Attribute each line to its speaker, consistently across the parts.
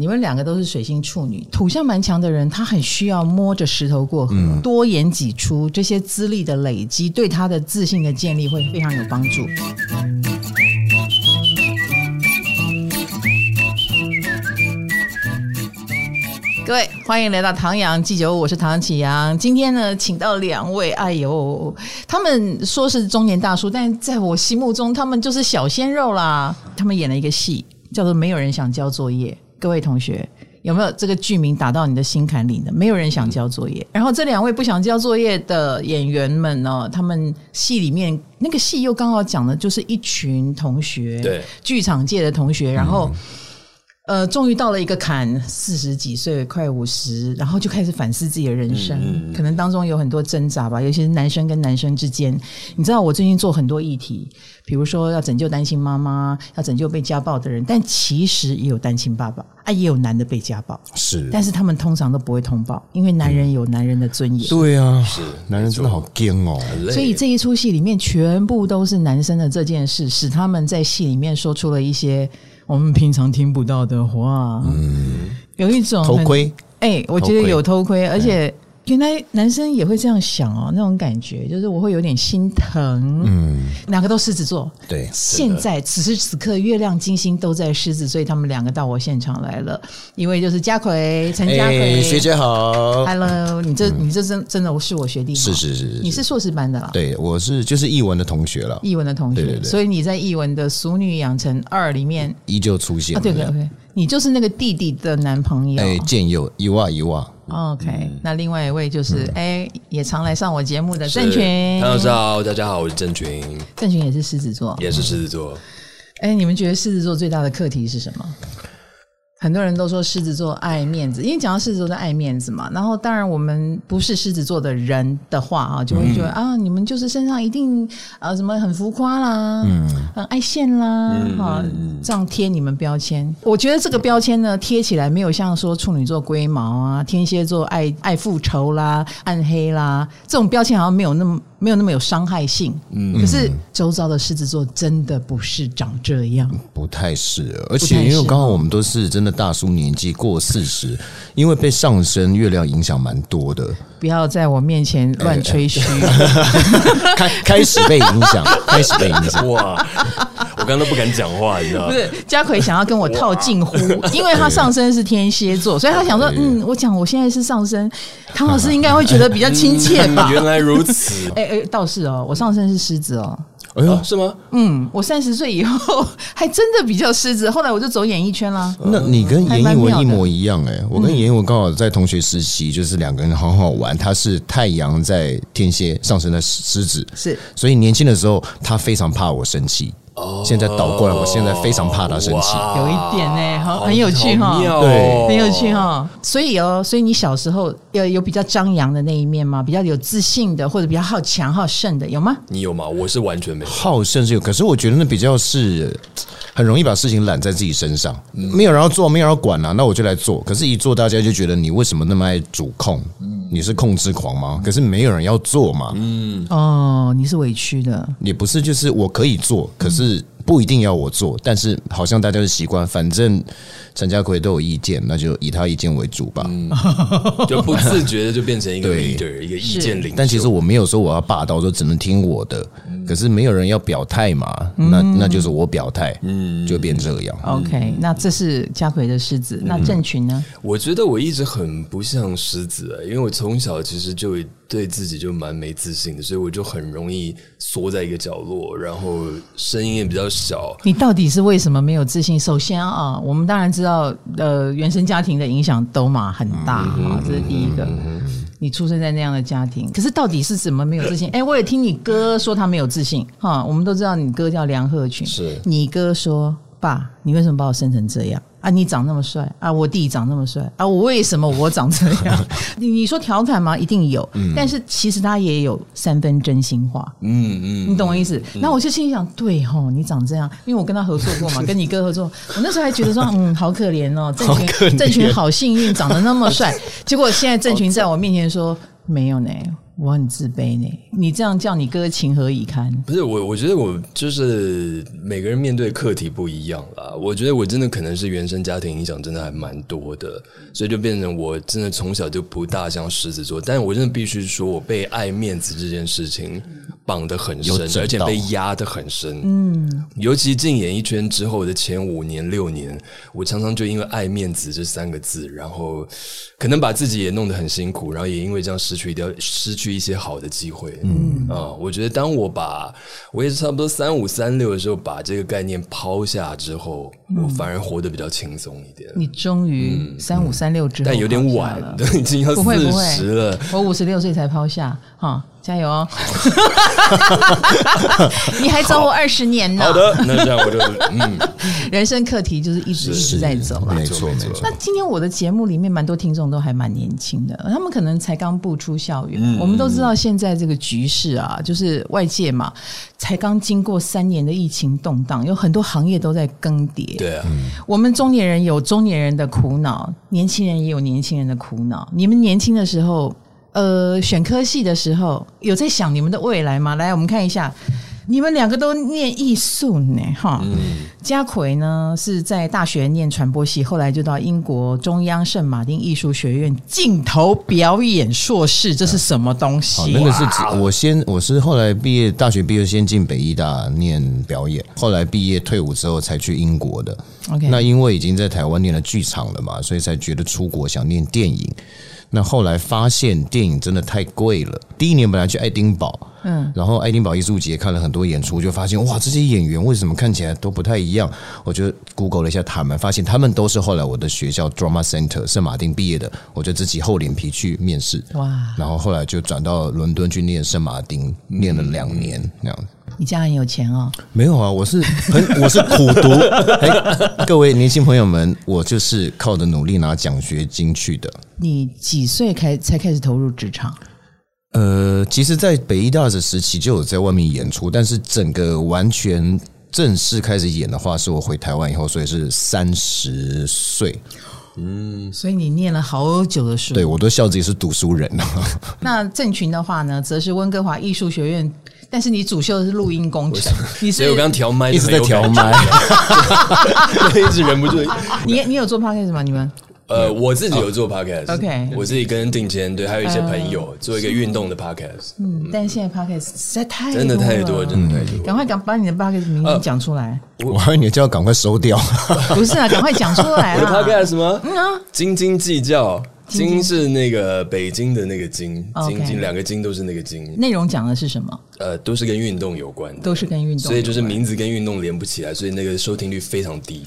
Speaker 1: 你们两个都是水星处女，土象蛮强的人，他很需要摸着石头过河，多言几出，这些资历的累积对他的自信的建立会非常有帮助。各位，欢迎来到唐阳祭酒屋，我是唐启阳。今天呢，请到两位，哎呦，他们说是中年大叔，但在我心目中，他们就是小鲜肉啦。他们演了一个戏，叫做《没有人想交作业》。各位同学，有没有这个剧名打到你的心坎里呢？没有人想交作业。然后这两位不想交作业的演员们呢，他们戏里面那个戏又刚好讲的就是一群同学，
Speaker 2: 对，
Speaker 1: 剧场界的同学，然后。呃，终于到了一个坎，四十几岁，快五十，然后就开始反思自己的人生，可能当中有很多挣扎吧，尤其是男生跟男生之间。你知道，我最近做很多议题，比如说要拯救单亲妈妈，要拯救被家暴的人，但其实也有单亲爸爸，啊，也有男的被家暴，
Speaker 3: 是，
Speaker 1: 但是他们通常都不会通报，因为男人有男人的尊严。
Speaker 3: 对啊，男人真的好奸哦，
Speaker 2: 累
Speaker 1: 所以这一出戏里面全部都是男生的这件事，使他们在戏里面说出了一些我们平常听不到的话。嗯，有一种
Speaker 3: 头
Speaker 1: 很，
Speaker 3: 盔
Speaker 1: 哎、我觉
Speaker 3: 头
Speaker 1: 得
Speaker 3: 盔
Speaker 1: 有偷窥，而
Speaker 3: 哎
Speaker 1: 且原来男生也会这样想哦，那种感觉就是我会有点心疼。嗯，两个都狮子座，
Speaker 3: 对
Speaker 1: 现在此时此刻，月亮、金星都在狮子，所以他们两个到我现场来了。一位就是嘉奎，陈嘉奎、
Speaker 3: 学姐好，
Speaker 1: Hello，你这、你这真真的是我学弟吗？
Speaker 3: 嗯是是是
Speaker 1: 你
Speaker 3: 是，
Speaker 1: 是硕哦士班的啊啦。
Speaker 3: 对，我是就是译文的同学了，
Speaker 1: 译文的同学，
Speaker 3: 对对对
Speaker 1: 所以你在译文的《熟女养成二》里面
Speaker 3: 依旧出现
Speaker 1: 啊，
Speaker 3: 了，
Speaker 1: 对对对，你就是那个弟弟的男朋友。哦
Speaker 3: 哎，嗯建佑一哇一哇，
Speaker 1: OK，、那另外一位就是
Speaker 3: 嗯
Speaker 1: 哎、也常来上我节目的
Speaker 2: 是
Speaker 1: 郑群，
Speaker 2: 大家好，大家好，我是郑群，
Speaker 1: 郑群也是狮子座。
Speaker 2: 也是狮子座，
Speaker 1: 哎、你们觉得狮子座最大的课题是什么？很多人都说狮子座爱面子，因为讲到狮子座的爱面子嘛。然后，当然我们不是狮子座的人的话啊，就会觉得、啊，你们就是身上一定啊什么很浮夸啦，很爱现啦，哈、这样贴你们标签。我觉得这个标签呢，贴起来没有像说处女座龟毛啊，天蝎座爱爱复仇啦、暗黑啦这种标签，好像没有那么没有那么有伤害性。可是周遭的狮子座真的不是长这样。
Speaker 3: 不太是，而
Speaker 1: 不太
Speaker 3: 且因
Speaker 1: 是
Speaker 3: 为刚好我们都是真的大叔年纪过四十，因为被上升月亮影响蛮多的，
Speaker 1: 不要在我面前乱吹嘘。
Speaker 3: 开开始被影 响，开始被影响，
Speaker 2: 哇，我刚刚都不敢讲话，你知道
Speaker 1: 不
Speaker 2: 吗？
Speaker 1: 是，嘉奎想要跟我套近乎，因为他上身是天蝎座，所以他想说，嗯，我讲我现在是上身，唐老师应该会觉得比较亲切 吧？
Speaker 2: 原来如此，
Speaker 1: 哎哎，倒是哦，我上身是狮子 哦，
Speaker 3: 哎呦
Speaker 2: 啊，是吗？
Speaker 1: 嗯，我三十岁以后还真的比较狮子，后来我就走演艺圈啦。
Speaker 3: 那你跟
Speaker 1: 还
Speaker 3: 严
Speaker 1: 蛮
Speaker 3: 艺文
Speaker 1: 妙
Speaker 3: 一
Speaker 1: 的嗯
Speaker 3: 模一样哎、我跟严艺文刚好在同学时期，就是两个人好好玩。他是太阳在天蝎，上升在狮子，
Speaker 1: 是
Speaker 3: 所以年轻的时候他非常怕我生气。现在倒过来，我现在非常怕他生气。
Speaker 2: 哇
Speaker 1: 有一点呢好
Speaker 2: 好
Speaker 1: 很有趣哈
Speaker 2: 好妙
Speaker 3: 对
Speaker 2: 哦
Speaker 1: 很有趣哈、所以哦，所以你小时候呃有有比较张扬的那一面吗？比较有自信的，或者比较好强好胜的，有吗？
Speaker 2: 你有吗？我是完全没有。
Speaker 3: 好胜是有，可是我觉得那比较是很容易把事情揽在自己身上，没有人要做，没有人要管啊，那我就来做。可是，一做大家就觉得你为什么那么爱主控？你是控制狂吗？可是没有人要做嘛。
Speaker 1: 哦，你是委屈的，
Speaker 3: 也不是就是我可以做，可
Speaker 1: 嗯
Speaker 3: 是不一定要我做。但是好像大家的习惯，反正陈家奎都有意见，那就以他意见为主吧。
Speaker 1: 嗯
Speaker 2: 就不自觉的就变成一个
Speaker 3: 对
Speaker 2: leader，一个意见领袖。
Speaker 3: 但其实我没有说我要霸道，说只能听我的，
Speaker 1: 嗯
Speaker 3: 可是没有人要表态嘛，那那就是我表态，嗯，就变这
Speaker 1: 哦
Speaker 3: 样。
Speaker 1: OK，、那这是嘉奎的狮子，那郑群呢？
Speaker 2: 我觉得我一直很不像狮子、欸，因为我从小其实就对自己就蛮没自信的，所以我就很容易缩在一个角落，然后声音也比较小。
Speaker 1: 你到底是为什么没有自信？首先啊，我们当然知道，呃，原生家庭的影响都嘛很大啊，这是第一个。你出生在那样的家庭，可是到底是怎么没有自信？哎、我也听你哥说他没有自信哈。我们都知道你哥叫梁鹤群，
Speaker 2: 是
Speaker 1: 你哥说爸，你为什么把我生成这样啊？你长那么帅啊，我弟长那么帅啊，我为什么我长这样？ 你你说调侃吗？一定有，但是其实他也有三分真心话。
Speaker 2: 嗯嗯，
Speaker 1: 你懂我意思？那我就心里想，对吼，你长这样，因为我跟他合作过 嘛，跟你哥合作，我那时候还觉得说，嗯，好可怜哦，郑
Speaker 3: 可
Speaker 1: 群，
Speaker 3: 怜
Speaker 1: 郑群好幸运，长得那么帅，结果现在郑群在我面前说，没有呢，我很自卑呢。你这样叫你哥情何以堪？
Speaker 2: 不是我，我觉得我就是每个人面对课题不一样啦。我觉得我真的可能是原生家庭影响真的还蛮多的，所以就变成我真的从小就不大像狮子座。但我真的必须说，我被爱面子这件事情绑得很
Speaker 3: 有
Speaker 2: 深，
Speaker 3: 整
Speaker 2: 而且
Speaker 3: 到
Speaker 2: 被压得很深。嗯，尤其进演艺圈之后的前五年六年，我常常就因为爱面子这三个字，然后可能把自己也弄得很辛苦，然后也因为这样失去掉失去一些好的机会。嗯啊、我觉得当我把我也是差不多三五三六的时候，把这个概念抛下之后，我反而活得比较轻松一点。
Speaker 1: 你终于三五三六之后，
Speaker 2: 嗯但有点晚
Speaker 1: 了，，
Speaker 2: 都已经要
Speaker 1: 不会不
Speaker 2: 四
Speaker 1: 会
Speaker 2: 十了。
Speaker 1: 我五十六岁才抛下，哈，加油 哦！ 你还走我二十年呢
Speaker 2: 好。的，那这样我就嗯，
Speaker 1: 人生课题就是一直一直在走啊了。
Speaker 3: 没错
Speaker 2: 没
Speaker 3: 没
Speaker 2: 错
Speaker 3: 错
Speaker 1: 那。今天我的节目里面，蛮多听众都还蛮年轻的，他们可能才刚步出校园。
Speaker 3: 嗯
Speaker 1: 我们都知道现在这个局势啊，就是外界嘛，才刚经过三年的疫情动荡，有很多行业都在更迭。
Speaker 2: 对啊，
Speaker 1: 我们中年人有中年人的苦恼，年轻人也有年轻人的苦恼。你们年轻的时候，呃，选科系的时候，有在想你们的未来吗？来，我们看一下，你们两个都念艺术呢，哈。
Speaker 3: 嗯
Speaker 1: 家奎呢是在大学念传播系，后来就到英国中央圣马丁艺术学院镜头表演硕士，这是什么东
Speaker 3: 好，
Speaker 1: 西？啊
Speaker 3: 哦那个是指我先，我是后来毕业，大学毕业先进北医大念表演，后来毕业退伍之后才去英国的。
Speaker 1: OK
Speaker 3: 那因为已经在台湾念了剧场了嘛，所以才觉得出国想念电影。那后来发现电影真的太贵了。第一年本来去爱丁堡，嗯，然后爱丁堡艺术节看了很多演出，就发现哇，这些演员为什么看起来都不太一样？我就 Google 了一下他们，发现他们都是后来我的学校 Drama Center 圣马丁毕业的，我就自己厚脸皮去面试，
Speaker 1: 哇，
Speaker 3: 然后后来就转到伦敦去念圣马丁，念了两年那样子。
Speaker 1: 你家很有钱哦。
Speaker 3: 没有啊，我是很我是苦 读。哎，各位年轻朋友们，我就是靠着努力拿奖学金去的。
Speaker 1: 你几岁开才开始投入职场？
Speaker 3: 呃，其实，在北医大的时期就有在外面演出，但是整个完全正式开始演的话，是我回台湾以后，所以是三十岁。
Speaker 1: 所以你念了好久的书。
Speaker 3: 对我都笑自己是读书人啊。
Speaker 1: 那郑群的话呢，则是温哥华艺术学院，但是你主修的是录音工程，你
Speaker 2: 所
Speaker 1: 是
Speaker 2: 以我刚刚调麦
Speaker 3: 一直在调麦
Speaker 2: 麦， 一直忍不住。
Speaker 1: 啊你你有做 podcast 吗？你们
Speaker 2: 呃，我自己
Speaker 1: Oh
Speaker 2: 有做 podcast，
Speaker 1: OK
Speaker 2: 我自己跟定谦对，还有一些朋友做一个运动的 podcast，
Speaker 1: Uh 嗯，但是现在 podcast 实在太
Speaker 2: 真的
Speaker 1: 了
Speaker 2: 太多，真的太
Speaker 1: 赶
Speaker 2: 多。
Speaker 1: 快赶把你的 podcast 名字讲出 来，
Speaker 3: 我还以为你叫我赶快收掉。
Speaker 1: 不是啊，赶快讲出来
Speaker 2: 我的
Speaker 1: 啦！
Speaker 2: podcast 吗？
Speaker 1: 嗯啊，
Speaker 2: 斤斤计较，
Speaker 1: 斤
Speaker 2: 斤是那个北京的那个斤，
Speaker 1: OK
Speaker 2: 斤斤两个斤都是那个斤，
Speaker 1: 内容讲的是什么？
Speaker 2: 呃，都是跟运动有关的。
Speaker 1: 都是跟运动有关，
Speaker 2: 所以就是名字跟运动连不起来，所以那个收听率非 常低，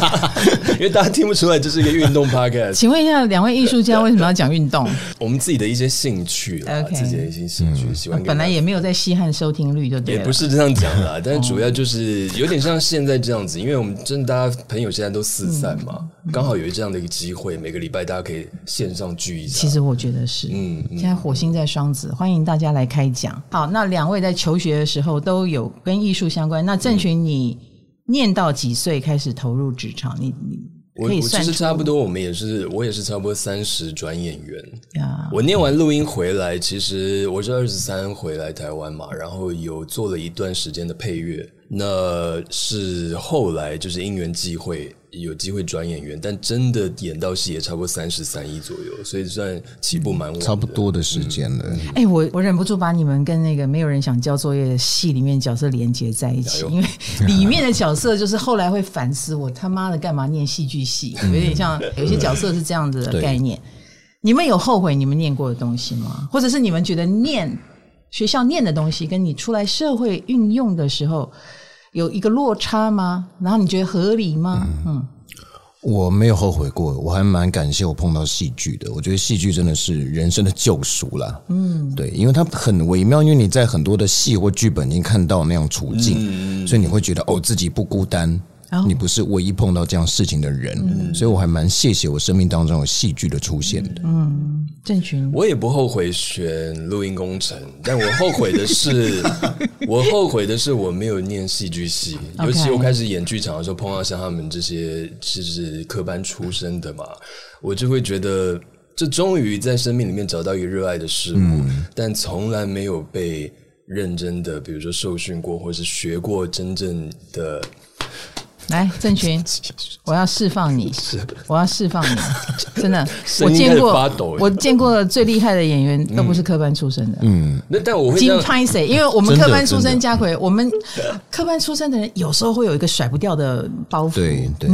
Speaker 2: 因为大家听不出来这是一个运动 podcast。
Speaker 1: 请问一下，两位艺术家为什么要讲运 动？
Speaker 2: 我们自己的一些兴趣啦
Speaker 1: OK
Speaker 2: 自己的一些兴趣，喜欢跟
Speaker 1: 嗯本来
Speaker 2: 大家
Speaker 1: 也没有在稀罕收听率，就对啊哦
Speaker 2: 也
Speaker 1: 了。
Speaker 2: 不是这样讲 啦，但是主要就是有点像现在这样子，因为我们真的大家朋友现在都四散嘛，
Speaker 1: 嗯
Speaker 2: 刚好有这样的一个机会，每个礼拜大家可以线上聚一下。
Speaker 1: 其实我觉得是，
Speaker 2: 嗯
Speaker 1: 现在火星在双子，欢迎大家来开讲。好，那两位在求学的时候都有跟艺术相关。那郑
Speaker 2: 嗯
Speaker 1: 群，你念到几岁开始投入职场？你你
Speaker 2: 我
Speaker 1: 可以
Speaker 2: 我其
Speaker 1: 算
Speaker 2: 实
Speaker 1: 出
Speaker 2: 差不多，我们也是我也是差不多三十转演员，
Speaker 1: 啊？
Speaker 2: 我念完录音回来，其实我是二十三回来台湾嘛，然后有做了一段时间的配乐，那是后来就是因缘际会有机会转演员，但真的演到戏也差不多三十三一左右，所以算起步蛮晚的，
Speaker 3: 差不多的时间了。
Speaker 1: 哎、我我忍不住把你们跟那个没有人想交作业的戏里面角色连接在一起，
Speaker 2: 加油
Speaker 1: 因为里面的角色就是后来会反思我他妈的干嘛念戏剧系，有点像有些角色是这样子的
Speaker 3: 对
Speaker 1: 概念。你们有后悔你们念过的东西吗？或者是你们觉得念学校念的东西跟你出来社会运用的时候有一个落差吗？然后你觉得合理吗？嗯，
Speaker 3: 我没有后悔过，我还蛮感谢我碰到戏剧的。我觉得戏剧真的是人生的救赎啦。嗯，对，因为它很微妙，因为你在很多的戏或剧本已经看到那样处境，所以你会觉得哦，自己不孤单。
Speaker 1: 哦
Speaker 3: 你不是唯一碰到这样事情的人，所以我还蛮谢谢我生命当中有戏剧的出现的。
Speaker 1: 郑群，
Speaker 2: 我也不后悔选录音工程，但我后悔的是，我后悔的是我没有念戏剧系。
Speaker 1: OK
Speaker 2: 尤其我开始演剧场的时候，碰到像他们这些就是科班出身的嘛，我就会觉得就终于在生命里面找到一个热爱的事物，但从来没有被认真的，比如说受训过，或是学过真正的。
Speaker 1: 来，郑群，我要释放你，我要释放你，真的，我
Speaker 2: 声音
Speaker 1: 见过
Speaker 2: 开始发抖
Speaker 1: 我见过最厉害的演员都不是科班出身的，
Speaker 2: 那但我会这
Speaker 1: 金
Speaker 2: 样，
Speaker 1: 拍谁？因为我们
Speaker 3: 真的
Speaker 1: 科班出
Speaker 3: 真
Speaker 1: 身，
Speaker 3: 的
Speaker 1: 家奎，我们科班出身的人有时候会有一个甩不掉的包袱，
Speaker 3: 对对，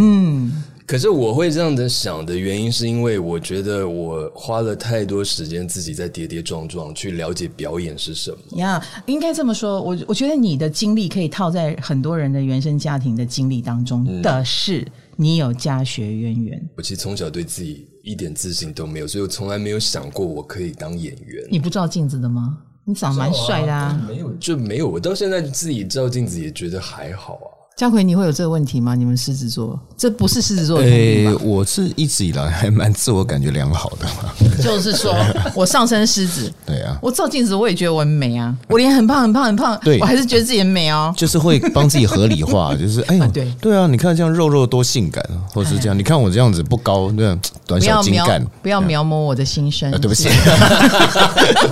Speaker 2: 可是我会这样的想的原因，是因为我觉得我花了太多时间自己在跌跌撞撞去了解表演是什么。
Speaker 1: 呀应该这么说。我我觉得你的经历可以套在很多人的原生家庭的经历当中，但是你有家学渊源，
Speaker 2: 我其实从小对自己一点自信都没有，所以我从来没有想过我可以当演员。
Speaker 1: 你不照镜子的吗？你长得蛮帅的啊，
Speaker 2: 没有就没有，我到现在自己照镜子也觉得还好啊。
Speaker 1: 家奎，你会有这个问题吗？你们狮子座，这不是狮子座的问
Speaker 3: 诶、
Speaker 1: 题吧？
Speaker 3: 我是一直以来还蛮自我感觉良好的 嘛，
Speaker 1: 就是说我上升狮子，
Speaker 3: 对啊，
Speaker 1: 我照镜子我也觉得我很美啊，我脸很胖很胖很胖，
Speaker 3: 对
Speaker 1: 我还是觉得自己很美哦。
Speaker 3: 就是会帮自己合 理化，就是哎呦，
Speaker 1: 啊对哎
Speaker 3: 啊，你看这样肉肉多性感，或者是这样，你看我这样子不高，那样短
Speaker 1: 不
Speaker 3: 小
Speaker 1: 要嗯
Speaker 3: 精
Speaker 1: 描
Speaker 3: 干，，
Speaker 1: 不要描摹我的心声、
Speaker 3: 啊，对 不起，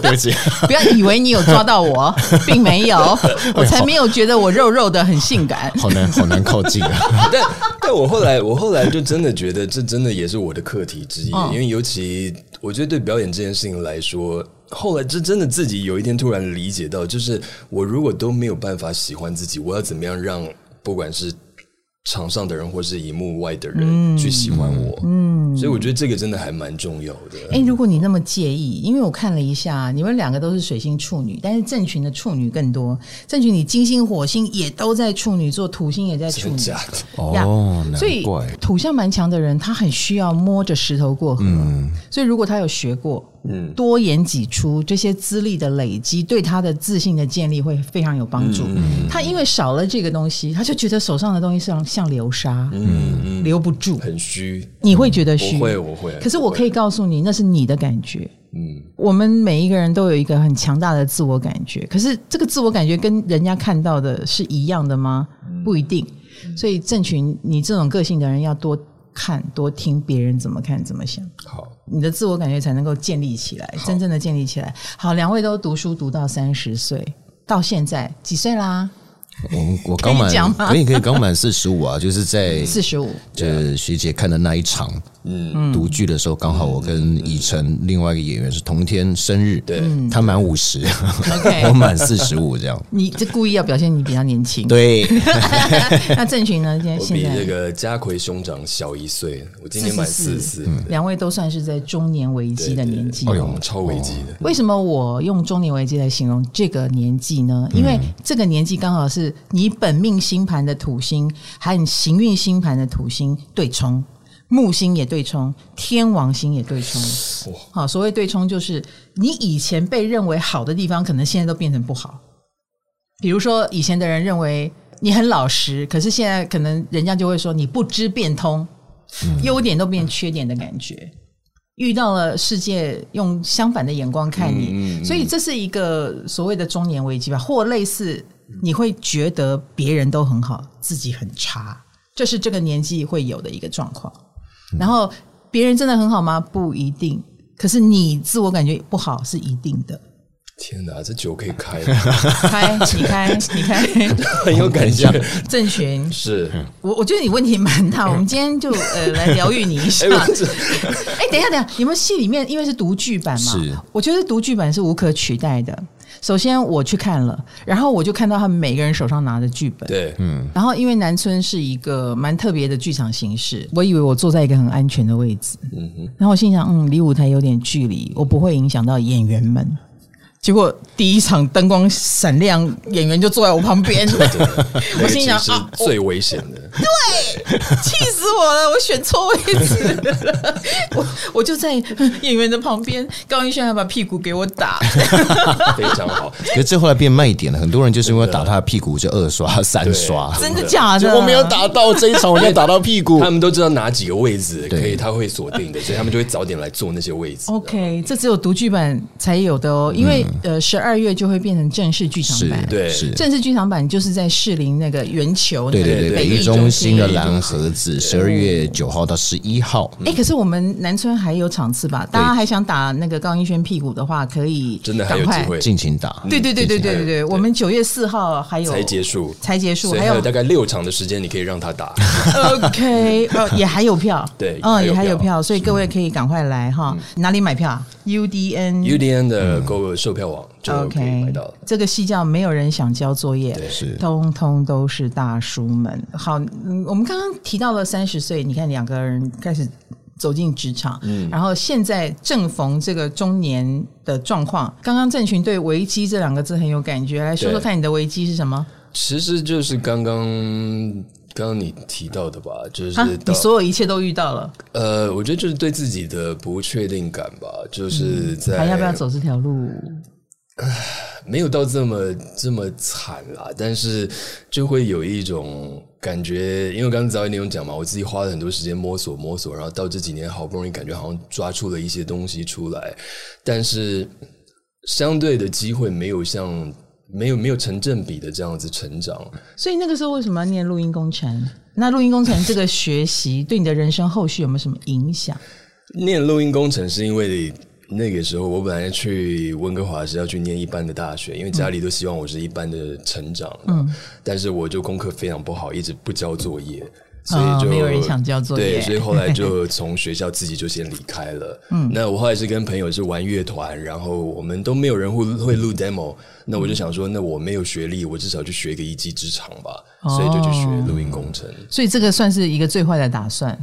Speaker 3: 对不起，
Speaker 1: 不要以为你有抓到我，并没有，我才没有觉得我肉肉的很性感。
Speaker 3: 好难好难靠近啊，
Speaker 2: 但但我后来我后来就真的觉得这真的也是我的课题之一，
Speaker 1: 嗯
Speaker 2: 因为尤其我觉得对表演这件事情来说，后来这真的自己有一天突然理解到，就是我如果都没有办法喜欢自己，我要怎么样让不管是场上的人或是荧幕外的人去喜欢我？嗯，所以我觉得这个真的还蛮重要的。
Speaker 1: 哎、如果你那么介意，因为我看了一下，你们两个都是水星处女，但是郑群的处女更多。郑群，你金星、火星也都在处女座，土星也在处
Speaker 2: 真
Speaker 1: 女
Speaker 2: 的，假的？
Speaker 1: 呀
Speaker 3: 哦，难
Speaker 1: 所以
Speaker 3: 怪，
Speaker 1: 土象蛮强的人，他很需要摸着石头过河。所以如果他有学过，嗯，多演几出，这些资历的累积对他的自信的建立会非常有帮助。他因为少了这个东西，他就觉得手上的东西像像流沙，嗯，留不住。
Speaker 2: 很虚，
Speaker 1: 你会觉得虚
Speaker 2: 我，哎嗯会我会。
Speaker 1: 可是我可以告诉你，那是你的感觉。
Speaker 2: 嗯，
Speaker 1: 我们每一个人都有一个很强大的自我感觉，可是这个自我感觉跟人家看到的是一样的吗？
Speaker 2: 嗯
Speaker 1: 不一定。所以郑群，你这种个性的人要多看、多听别人怎么看、怎么想，
Speaker 2: 好。
Speaker 1: 你的自我感觉才能够建立起来，真正的建立起来。好，两位都读书读到三十岁，到现在几岁啦？
Speaker 3: 我我刚
Speaker 1: 可以讲
Speaker 3: 满，
Speaker 1: 吗
Speaker 3: 可以可以刚满四十五啊，就是在
Speaker 1: 四十五。
Speaker 3: 就是学姐看的那一场，嗯，独剧的时候，刚好我跟以晨另外一个演员是同一天生日，
Speaker 2: 对，
Speaker 3: 他满五十，
Speaker 1: 嗯 OK
Speaker 3: 我满四十五，这样，
Speaker 1: 你这故意要表现你比较年轻。
Speaker 3: 对，
Speaker 1: 那郑群呢？现在
Speaker 2: 我
Speaker 1: 现
Speaker 2: 比
Speaker 1: 在
Speaker 2: 这个家奎兄长小一岁，我今年满四
Speaker 1: 44
Speaker 2: 四，
Speaker 1: 两位都算是在中年危机的年纪。哦
Speaker 2: 哎呦，超危机的。
Speaker 1: 为什么我用中年危机来形容这个年纪呢？因为这个年纪刚好是你本命星盘的土星，还有你行运星盘的土星对冲，木星也对冲，天王星也对冲。好，所谓对冲就是你以前被认为好的地方，可能现在都变成不好。比如说，以前的人认为你很老实，可是现在可能人家就会说你不知变通，优点都变缺点的感觉。遇到了世界用相反的眼光看你，所以这是一个所谓的中年危机吧，或类似你会觉得别人都很好，自己很差，这是这个年纪会有的一个状况。然后别人真的很好吗？不一定。可是你自我感觉不好是一定的，
Speaker 2: 天哪，这酒可以开了，
Speaker 1: 开你开你开，
Speaker 2: 很有感觉。
Speaker 1: 郑群，
Speaker 2: 是，
Speaker 1: 我我觉得你问题蛮大，我们今天就呃 来疗愈你一下。
Speaker 2: 哎，我这
Speaker 1: 哎、等一下，等一下，你们戏里面因为是独剧版嘛，
Speaker 3: 是
Speaker 1: 我觉得独剧版是无可取代的。首先我去看了，然后我就看到他们每个人手上拿着剧本。
Speaker 2: 对，
Speaker 1: 然后，因为南村是一个蛮特别的剧场形式，我以为我坐在一个很安全的位置，
Speaker 2: 嗯哼，
Speaker 1: 然后我心想，嗯，离舞台有点距离，我不会影响到演员们。结果第一场灯光闪亮，演员就坐在我旁边，
Speaker 2: 那
Speaker 1: 我
Speaker 2: 个
Speaker 1: 心
Speaker 2: 其
Speaker 1: 想
Speaker 2: 实
Speaker 1: 啊，我
Speaker 2: 最危险的，
Speaker 1: 气死我了！我选错位置了， 我我就在 演员的旁边，高一轩还把屁股给我打。哦
Speaker 2: 非常 好。
Speaker 3: 可是这后来变卖点了，很多人就是因为打他的屁股就二刷、三刷，
Speaker 1: 真的假的？
Speaker 3: 我没有打到这一场，我就打到屁股
Speaker 2: 他。们都知道哪几个位置可
Speaker 3: 对
Speaker 2: 以，他 会锁定的，所以他们就会早点来坐那些位置。
Speaker 1: OK，这只有读剧本才有的哦，因为呃十二月就会变成正式剧场
Speaker 3: 是，
Speaker 1: 版。
Speaker 2: 对
Speaker 3: 是，
Speaker 1: 正式剧场版就是在士林那个圆球那
Speaker 3: 对
Speaker 1: 个
Speaker 3: 对对，
Speaker 2: 北
Speaker 3: 北
Speaker 2: 艺
Speaker 3: 艺
Speaker 1: 中
Speaker 3: 中心的
Speaker 1: 心
Speaker 3: 蓝盒子，十二月九号到十一号，
Speaker 1: 哎、可是我们南村还有场次吧？大家还想打那个高英轩屁股的话，可以
Speaker 2: 真的还有
Speaker 1: 赶快
Speaker 2: 机会
Speaker 3: 尽情打。
Speaker 1: 对对
Speaker 3: 嗯
Speaker 1: 对对对对对，我们九月四号还有
Speaker 2: 才结束，
Speaker 1: 才结束，
Speaker 2: 所以
Speaker 1: 还
Speaker 2: 还
Speaker 1: 有
Speaker 2: 有大概六场的时间，你可以让他 打。
Speaker 1: OK，呃，也还有票，
Speaker 2: 对
Speaker 1: 嗯，
Speaker 2: 也
Speaker 1: 也
Speaker 2: 还
Speaker 1: 还
Speaker 2: 有
Speaker 1: 有
Speaker 2: 票嗯
Speaker 1: 票，所以各位可以赶快来哈。哪里买票啊？UDN。
Speaker 2: UDN 的购物售票网就可以买
Speaker 1: OK，
Speaker 2: 到了。
Speaker 1: 这个戏叫没有人想交作业，
Speaker 3: 是
Speaker 1: 通通都是大叔们。好，嗯，我们刚刚提到了三十岁，你看两个人开始走进职场，
Speaker 2: 嗯
Speaker 1: 然后现在正逢这个中年的状况。刚刚郑群对“危机”这两个字很有感觉，来说说
Speaker 2: 对
Speaker 1: 看你的危机是什么
Speaker 2: 其实就是刚刚刚刚你提到的吧，就是
Speaker 1: 啊？
Speaker 2: 到
Speaker 1: 你所有一切都遇到了，
Speaker 2: 呃，我觉得就是对自己的不确定感吧，就是在
Speaker 1: 还嗯要不要走这条路？
Speaker 2: 没有到这么这么惨啦，但是就会有一种感觉，因为刚刚早一点有讲嘛，我自己花了很多时间摸索摸索，然后到这几年好不容易感觉好像抓出了一些东西出来，但是相对的机会没有像没有没有成正比的这样子成长，
Speaker 1: 所以那个时候为什么要念录音工程？那录音工程这个学习对你的人生后续有没有什么影响？
Speaker 2: 念录音工程是因为那个时候我本来去温哥华是要去念一般的大学，因为家里都希望我是一般的成长，嗯，但是我就功课非常不好，一直不交作业。所以
Speaker 1: 哦
Speaker 2: 就、
Speaker 1: 没有人想交作业
Speaker 2: 对，所以后来 就从学校自己就先离开了。嗯，那我后来是跟朋友是玩乐团，然后我们都没有人会会录 demo，那
Speaker 1: 嗯
Speaker 2: 我就想说，那我没有学历，我至少去学个一技之长吧，
Speaker 1: 哦
Speaker 2: 所以就去学录音工程。
Speaker 1: 所以这个算是一个最坏的打算。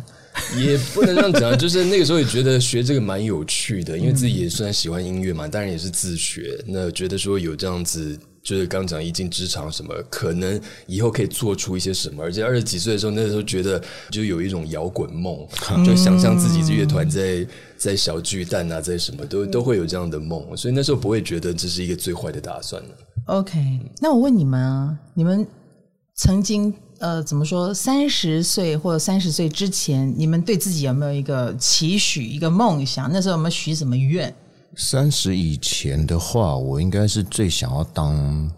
Speaker 2: 也不能这样讲，就是那个时候也觉得学这个蛮有趣的，因为自己也虽然喜欢音乐嘛，当然也是自学。那觉得说有这样子，就是刚讲一技之长什么，可能以后可以做出一些什么。而且二十几岁的时候，那时候觉得就有一种摇滚 梦，就想象自己的乐团在在小巨蛋啊，在什么都都会有这样的梦，所以那时候不会觉得这是一个最坏的打算呢
Speaker 1: OK，那我问你们啊，你们曾经呃怎么说？三十岁或者三十岁之前，你们对自己有没有一个期许、一个梦想？那时候有没有许什么愿？
Speaker 3: 三十以前的话，我应该是最想要当